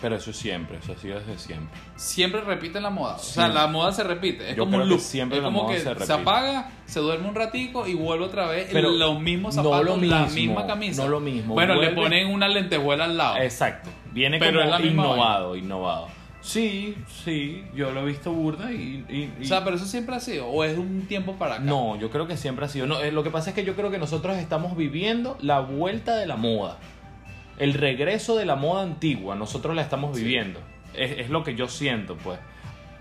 B: Pero eso siempre, eso ha sido desde siempre.
A: Siempre repiten la moda. O sea,
B: Sí.
A: la moda se repite. Es
B: Yo
A: como
B: creo
A: un
B: que
A: loop.
B: siempre
A: es
B: la
A: como
B: moda
A: que
B: se
A: se,
B: repite.
A: apaga, se duerme un ratico y vuelve otra vez en
B: Pero
A: los mismos
B: no
A: zapatos,
B: lo
A: la
B: mismo,
A: misma camisa.
B: no lo mismo.
A: Bueno, le
B: Vuelve-
A: ponen una lentejuela al lado.
B: Ah. Exacto. Viene
A: Pero
B: como
A: es la misma
B: innovado, innovado. Sí, sí, yo lo he visto burda y... y- y-
A: O sea, pero eso siempre ha sido. O es un tiempo para acá.
B: No, yo creo que siempre ha sido. No, eh, lo que pasa es que yo creo que nosotros estamos viviendo la vuelta de la moda. El regreso de la moda antigua, nosotros la estamos viviendo. Es, es lo que yo siento, pues.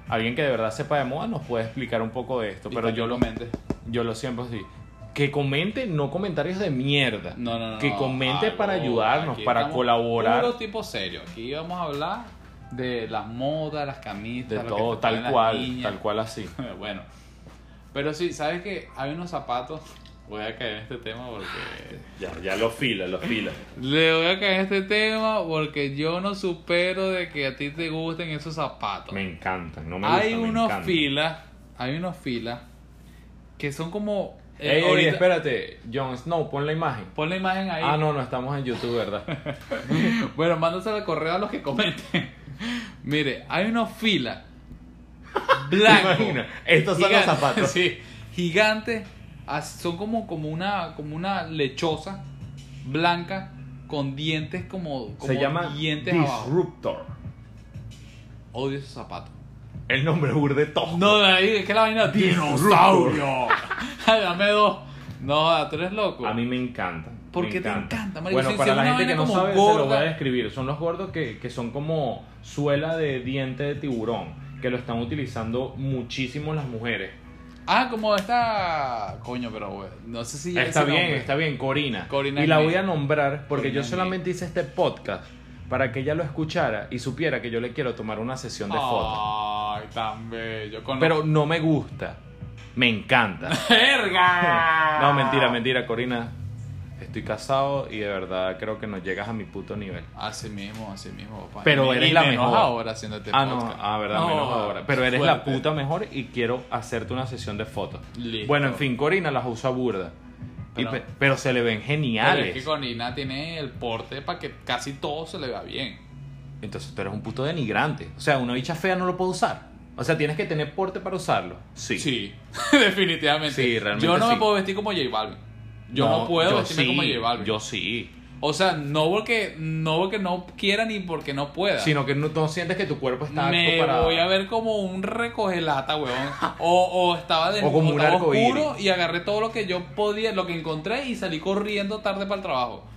B: Alguien que de verdad sepa de moda nos puede explicar un poco de esto,
A: Y
B: pero yo lo,
A: mente.
B: yo lo siento así. Que comente, no comentarios de mierda.
A: No, no, no.
B: que comente
A: algo,
B: para ayudarnos,
A: aquí
B: para
A: estamos
B: colaborar.
A: Puro tipo serio. Aquí vamos a hablar de las modas, las camisas,
B: De
A: lo que
B: todo,
A: se ponen
B: tal
A: las
B: cual,
A: niñas.
B: tal cual así.
A: bueno. Pero sí, ¿sabes que Hay unos zapatos. Voy a caer en este tema porque.
B: Ya, ya lo fila, lo fila.
A: Le voy a caer en este tema porque yo no supero de que a ti te gusten esos zapatos.
B: Me encantan, no me
A: hay
B: gustan, me
A: unos
B: encantan.
A: filas. Hay unos filas que son como. eh,
B: Ey, ey,
A: ahorita-
B: espérate, Jon Snow, pon la imagen.
A: Pon la imagen ahí.
B: Ah, no, no estamos en YouTube, ¿verdad?
A: Bueno, mándaselo al correo a los que comenten. Mire, hay una fila blanco.
B: Imagina, estos son los zapatos.
A: Sí, gigantes. as- Son como, como, una, como una lechosa blanca con dientes como, como
B: Se llama
A: dientes abajo.
B: Disruptor.
A: Odio esos zapatos.
B: El nombre burde tosco.
A: No, David, es que la vaina dinosaurio. Ay, Dame dos. No, tú eres loco.
B: A mí me encantan.
A: ¿Por
B: me
A: qué te encanta, marico?
B: Bueno,
A: Si- si
B: para la
A: una
B: gente que
A: vaina
B: no
A: como
B: sabe, se
A: gorda.
B: lo voy a describir. Son los gordos que, que son como suela de diente de tiburón. Que lo están utilizando muchísimo las mujeres.
A: Ah, como esta. Coño, pero güey, no sé si.
B: Está
A: ese
B: bien,
A: nombre.
B: está bien, Corina.
A: Corina
B: y la
A: Smith.
B: voy a nombrar porque
A: Corina
B: yo solamente hice este podcast para que ella lo escuchara y supiera que yo le quiero tomar una sesión de
A: Ah.
B: fotos.
A: Ay, tan bello. Con
B: Pero no me gusta. Me encanta.
A: ¡Verga!
B: No, mentira, mentira, Corina. Estoy casado y de verdad creo que no llegas a mi puto nivel.
A: Así mismo, así mismo, papá.
B: Pero
A: Y-
B: eres
A: y
B: la
A: menos
B: mejor.
A: ahora haciéndote
B: Ah, no,
A: podcast.
B: ah, verdad,
A: No,
B: menos ahora. Pero eres la
A: fuerte.
B: puta mejor y quiero hacerte una sesión de fotos.
A: Listo.
B: Bueno, en fin, Corina las usa burda. Y pe-
A: Pero-
B: Pero, se le ven
A: Pero
B: geniales.
A: es que Corina tiene el porte para que casi todo se le va bien.
B: Entonces tú eres un puto denigrante. O sea, una bicha fea no lo puede usar. O sea, tienes que tener porte para usarlo. Sí.
A: definitivamente.
B: Sí, realmente
A: Yo no me
B: sí.
A: puedo vestir como J Balvin. Yo no, puedo
B: yo
A: vestirme
B: sí,
A: como J Balvin.
B: Yo sí.
A: O sea, no porque, no porque no quiera ni porque no pueda.
B: Sino que no, no sientes que tu cuerpo está apto
A: me
B: para.
A: voy a ver como un recogelata, weón. O, o estaba de
B: O como un
A: estaba
B: arcoíris.
A: oscuro y agarré todo lo que yo podía, lo que encontré y salí corriendo tarde para el trabajo.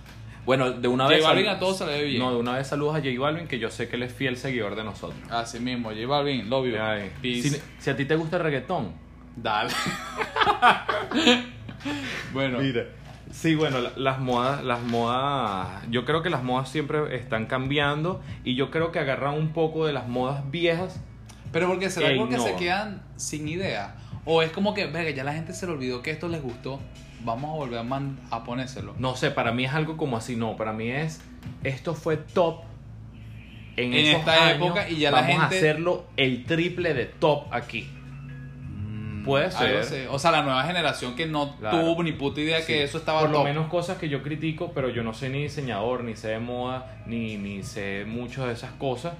B: Bueno, de una
A: J
B: vez.
A: Balvin
B: salu-
A: a todos se le ve bien.
B: No, de una vez saludos a J Balvin, que yo sé que él es fiel seguidor de nosotros.
A: Así mismo, J Balvin, lo vio.
B: Ay,
A: Peace.
B: Si, si a ti te gusta el reggaetón.
A: Dale. bueno,
B: Mira. Sí, bueno, la- las modas, las modas, yo creo que las modas siempre están cambiando y yo creo que agarran un poco de las modas viejas
A: Pero porque será
B: E
A: algo que se
B: innova.
A: quedan sin idea. O es como que, venga, ya la gente se le olvidó que esto les gustó. Vamos a volver a, man- a ponérselo.
B: No sé, para mí es algo como así, no, para mí es, esto fue top en,
A: En
B: esos
A: esta
B: años,
A: época y ya la
B: vamos
A: gente-
B: a hacerlo el triple de top aquí. Puede
A: Algo
B: ser.
A: así. O sea, la nueva generación que no
B: Mm, Claro.
A: tuvo ni puta idea que eso estaba
B: Por lo
A: top.
B: menos cosas que yo critico, pero yo no soy ni diseñador, ni sé de moda, ni, ni sé mucho de esas cosas.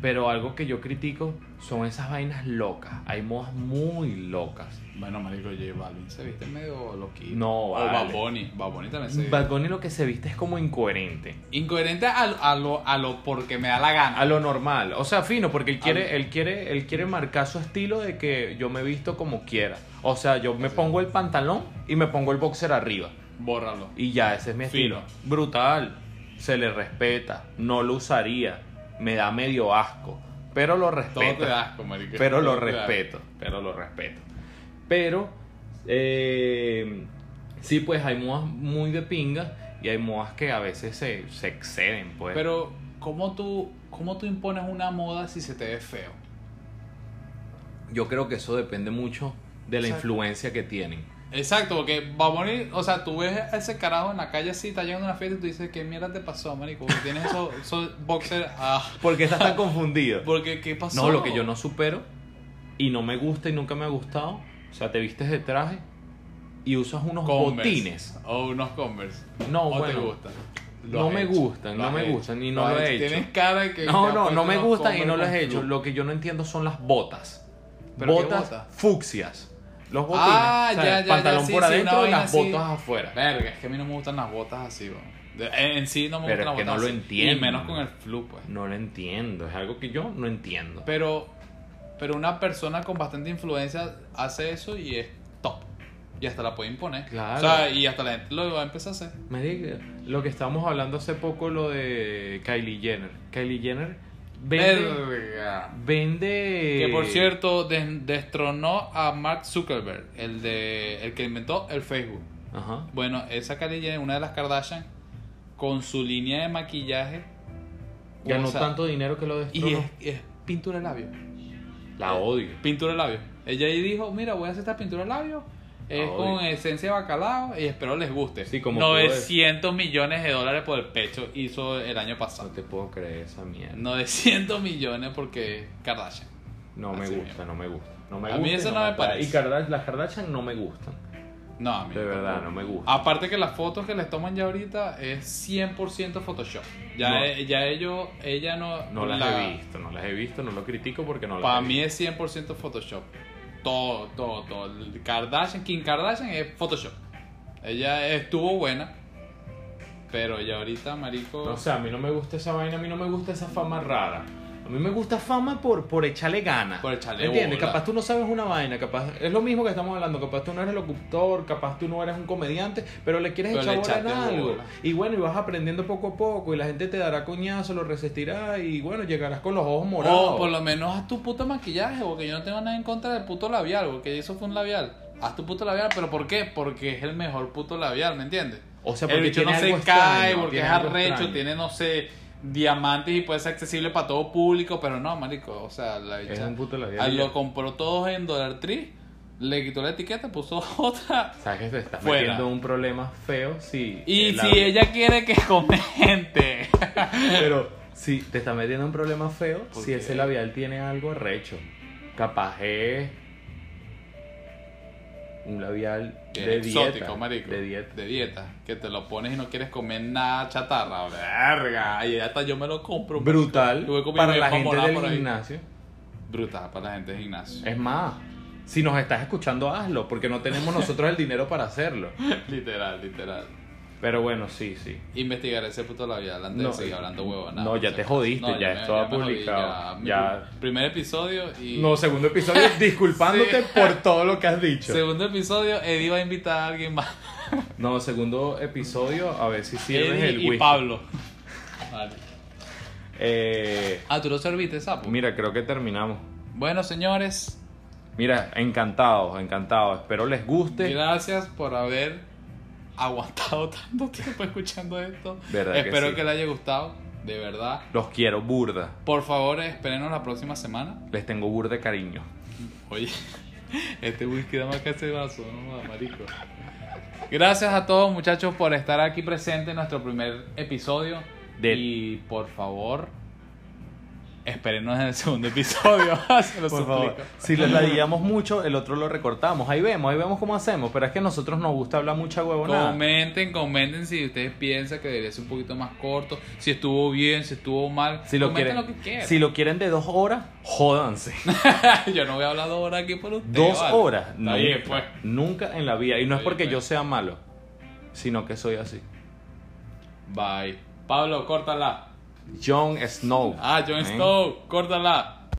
B: Pero algo que yo critico son esas vainas locas. Hay modas muy locas.
A: Bueno, marico, J Balvin se viste medio loquito.
B: No,
A: O Bad
B: vale.
A: Bunny. Bad Bunny también se viste.
B: Bad Bunny lo que se viste es como incoherente.
A: Incoherente a, lo- a lo, a lo porque me da la gana.
B: A lo normal. O sea, fino, porque él
A: Al-
B: quiere, él quiere, él quiere marcar su estilo de que yo me visto como quiera. O sea, yo me pongo el pantalón y me pongo el boxer arriba.
A: Bórralo.
B: Y ya, ese es mi
A: Fino.
B: estilo. Brutal. Se le respeta. No lo usaría. Me da medio asco. Pero lo
A: Todo te
B: respeto.
A: da asco, marico.
B: Pero lo
A: Todo te da asco.
B: respeto. Pero lo respeto. Pero, eh, sí, pues hay modas muy de pinga y hay modas que a veces se, se exceden, pues.
A: Pero, ¿cómo tú, ¿cómo tú impones una moda si se te ve feo?
B: Yo creo que eso depende mucho de la
A: Exacto.
B: influencia que tienen.
A: Exacto, porque va a morir, o sea, tú ves a ese carajo en la calle así, está llegando a una fiesta y tú dices, ¿qué mierda te pasó, marico? Porque tienes esos, esos boxers, ah,
B: Porque estás tan confundido.
A: porque ¿qué pasó?
B: No, lo que yo no supero y no me gusta y nunca me ha gustado. O sea, te vistes de traje y usas unos
A: Converse.
B: botines.
A: O unos Converse.
B: No,
A: ¿O
B: bueno,
A: te gustan?
B: no me gustan, no me gustan y no lo he hecho.
A: Tienes cara de que... te
B: No,
A: has
B: no,
A: puesto
B: no me
A: pues, unos
B: gustan y no
A: Converse
B: los he
A: con
B: hecho.
A: flu-
B: Lo que yo no entiendo son las botas.
A: ¿Pero qué
B: botas
A: botas?
B: fucsias. Los botines.
A: Ah,
B: o sea,
A: ya, ya,
B: el
A: ya,
B: pantalón
A: sí,
B: por
A: sí, una
B: adentro y
A: vaina
B: las
A: así.
B: botas afuera.
A: Verga, es que a mí no me gustan las botas así, bro. De- En en sí no me
B: Pero
A: gustan
B: es que
A: las botas
B: no lo
A: así.
B: entiendo.
A: Y menos con el flu, pues.
B: No lo entiendo, es algo que yo no entiendo.
A: Pero, pero una persona con bastante influencia hace eso y es top. Y hasta la puede imponer.
B: Claro.
A: O sea, y hasta la gente lo va a empezar a hacer.
B: Me diga, lo que estábamos hablando hace poco, lo de Kylie Jenner. Kylie Jenner vende.
A: Verga.
B: vende
A: Que por cierto, des- destronó a Mark Zuckerberg, el, de, el que inventó el Facebook.
B: Ajá.
A: Bueno, esa Kylie Jenner, una de las Kardashian, con su línea de maquillaje.
B: Ganó
A: o sea,
B: tanto dinero que lo
A: Y
B: destruyó.
A: es, es pintura de labios.
B: La odio.
A: pintura de labios. Ella ahí dijo, mira, voy a hacer esta pintura de labios. Es
B: Ah,
A: con
B: obvio.
A: esencia de bacalao y espero les guste.
B: Sí, como tú ves.
A: 900 millones de dólares por el pecho hizo el año
B: No
A: pasado.
B: te puedo creer esa mierda.
A: 900 millones porque Kardashian.
B: No me
A: Así
B: gusta,
A: mismo.
B: no me gusta. No me
A: A mí
B: gusta y
A: eso no me
B: atrae.
A: parece.
B: Y Kardashian, las Kardashian no me gustan.
A: No, a mí
B: De
A: tampoco.
B: verdad, no me gusta.
A: Aparte que las fotos que les toman ya ahorita es 100% Photoshop. Ya,
B: No.
A: eh, ya ellos, ella no...
B: No las
A: la-
B: he visto, no las he visto, no lo critico porque no
A: Para
B: las he
A: mí
B: visto.
A: es 100% Photoshop. Todo, todo, todo. El Kardashian, Kim Kardashian es Photoshop. Ella estuvo buena, pero ya ahorita, marico...
B: No sé, a mí no me gusta esa vaina, a mí no me gusta esa fama rara. A mí me gusta fama por, por echarle ganas.
A: Por echarle
B: ¿Entiendes?
A: bola.
B: Capaz tú no sabes una vaina, capaz. Es lo mismo que estamos hablando, capaz tú no eres locutor, capaz tú no eres un comediante, pero le quieres
A: Pero le
B: echar bola en
A: echaste
B: algo.
A: bola.
B: Y bueno, y vas aprendiendo poco a poco, y la gente te dará coñazo, lo resistirá, y bueno, llegarás con los ojos morados.
A: o Oh, por lo menos haz tu puto maquillaje, porque yo no tengo nada en contra del puto labial, porque eso fue un labial. Haz tu puto labial, pero ¿por qué? Porque es el mejor puto labial, ¿me entiendes?
B: O sea,
A: el
B: porque
A: bicho no
B: tiene
A: se
B: algo
A: cae,
B: extraño,
A: porque es
B: tiene algo
A: arrecho,
B: extraño.
A: tiene, no sé, diamantes y puede ser accesible para todo público, pero no, marico, o sea, la bicha...
B: Es un puto labial
A: Ah,
B: y
A: Lo
B: ya.
A: compró todos en Dollar Tree, le quitó la etiqueta, puso otra.
B: Sabes que te estás
A: Fuera.
B: metiendo en un problema feo Eh, si.
A: Y
B: el
A: si
B: labio-
A: ella quiere que comente.
B: Pero si te está metiendo en un problema feo,
A: ¿Por
B: si
A: qué?
B: ese labial tiene algo arrecho. Capaz es un labial
A: Es
B: de
A: exótico,
B: dieta.
A: marico.
B: De dieta.
A: De dieta. Que te lo pones y no quieres comer nada chatarra. Verga. Y hasta yo me lo compro.
B: Brutal
A: Luego comí
B: para
A: mi
B: la
A: pan
B: gente
A: morado
B: del
A: por ahí.
B: gimnasio.
A: Brutal para la gente de gimnasio.
B: Es más, si nos estás escuchando, hazlo, porque no tenemos nosotros el dinero para hacerlo.
A: literal, literal.
B: Pero bueno, sí, sí.
A: Investigar ese puto labial antes
B: No,
A: de seguir hablando huevonadas.
B: no, ya te jodiste, ya esto
A: va
B: ha publicado, ya.
A: Primer episodio y.
B: No, segundo episodio, disculpándote
A: Sí.
B: por todo lo que has dicho.
A: segundo episodio, Eddie va a invitar a alguien más.
B: No, segundo episodio, a ver si sirves
A: Eddie
B: el
A: y
B: whisky.
A: Pablo. Vale.
B: Eh,
A: Ah, tú lo serviste, sapo.
B: mira, creo que terminamos.
A: Bueno, señores,
B: Mira, encantados, encantados. Espero les guste.
A: gracias por haber aguantado tanto tiempo escuchando esto.
B: Verdad que
A: Espero que,
B: sí.
A: le haya gustado. de verdad.
B: Los quiero burda.
A: Por favor, espérenos la próxima semana.
B: Les tengo burda de cariño.
A: Oye, este whisky da más que ese vaso, no jodas, marico. Gracias a todos muchachos por estar aquí presentes en nuestro primer episodio.
B: De-
A: Y por favor, espérenos en el segundo episodio. Se lo
B: Por
A: suplico.
B: favor. Si les ladillamos mucho, el otro lo recortamos. Ahí vemos, ahí vemos cómo hacemos. Pero es que a nosotros nos gusta hablar mucha huevonada.
A: Comenten, comenten si ustedes piensan que debería ser un poquito más corto, si estuvo bien, si estuvo mal.
B: Si lo,
A: comenten
B: quieren,
A: lo que quieran.
B: si lo quieren de dos horas, jódanse.
A: Yo no voy a hablar dos horas aquí por ustedes.
B: Dos
A: vale.
B: horas.
A: Está
B: Nunca,
A: bien, pues.
B: nunca en la vida. Y no es
A: Está bien,
B: porque
A: pues.
B: yo sea malo, sino que soy así.
A: Bye. Pablo, córtala.
B: Jon Snow.
A: Ah, John
B: ¿Eh?
A: Stowe, córtala.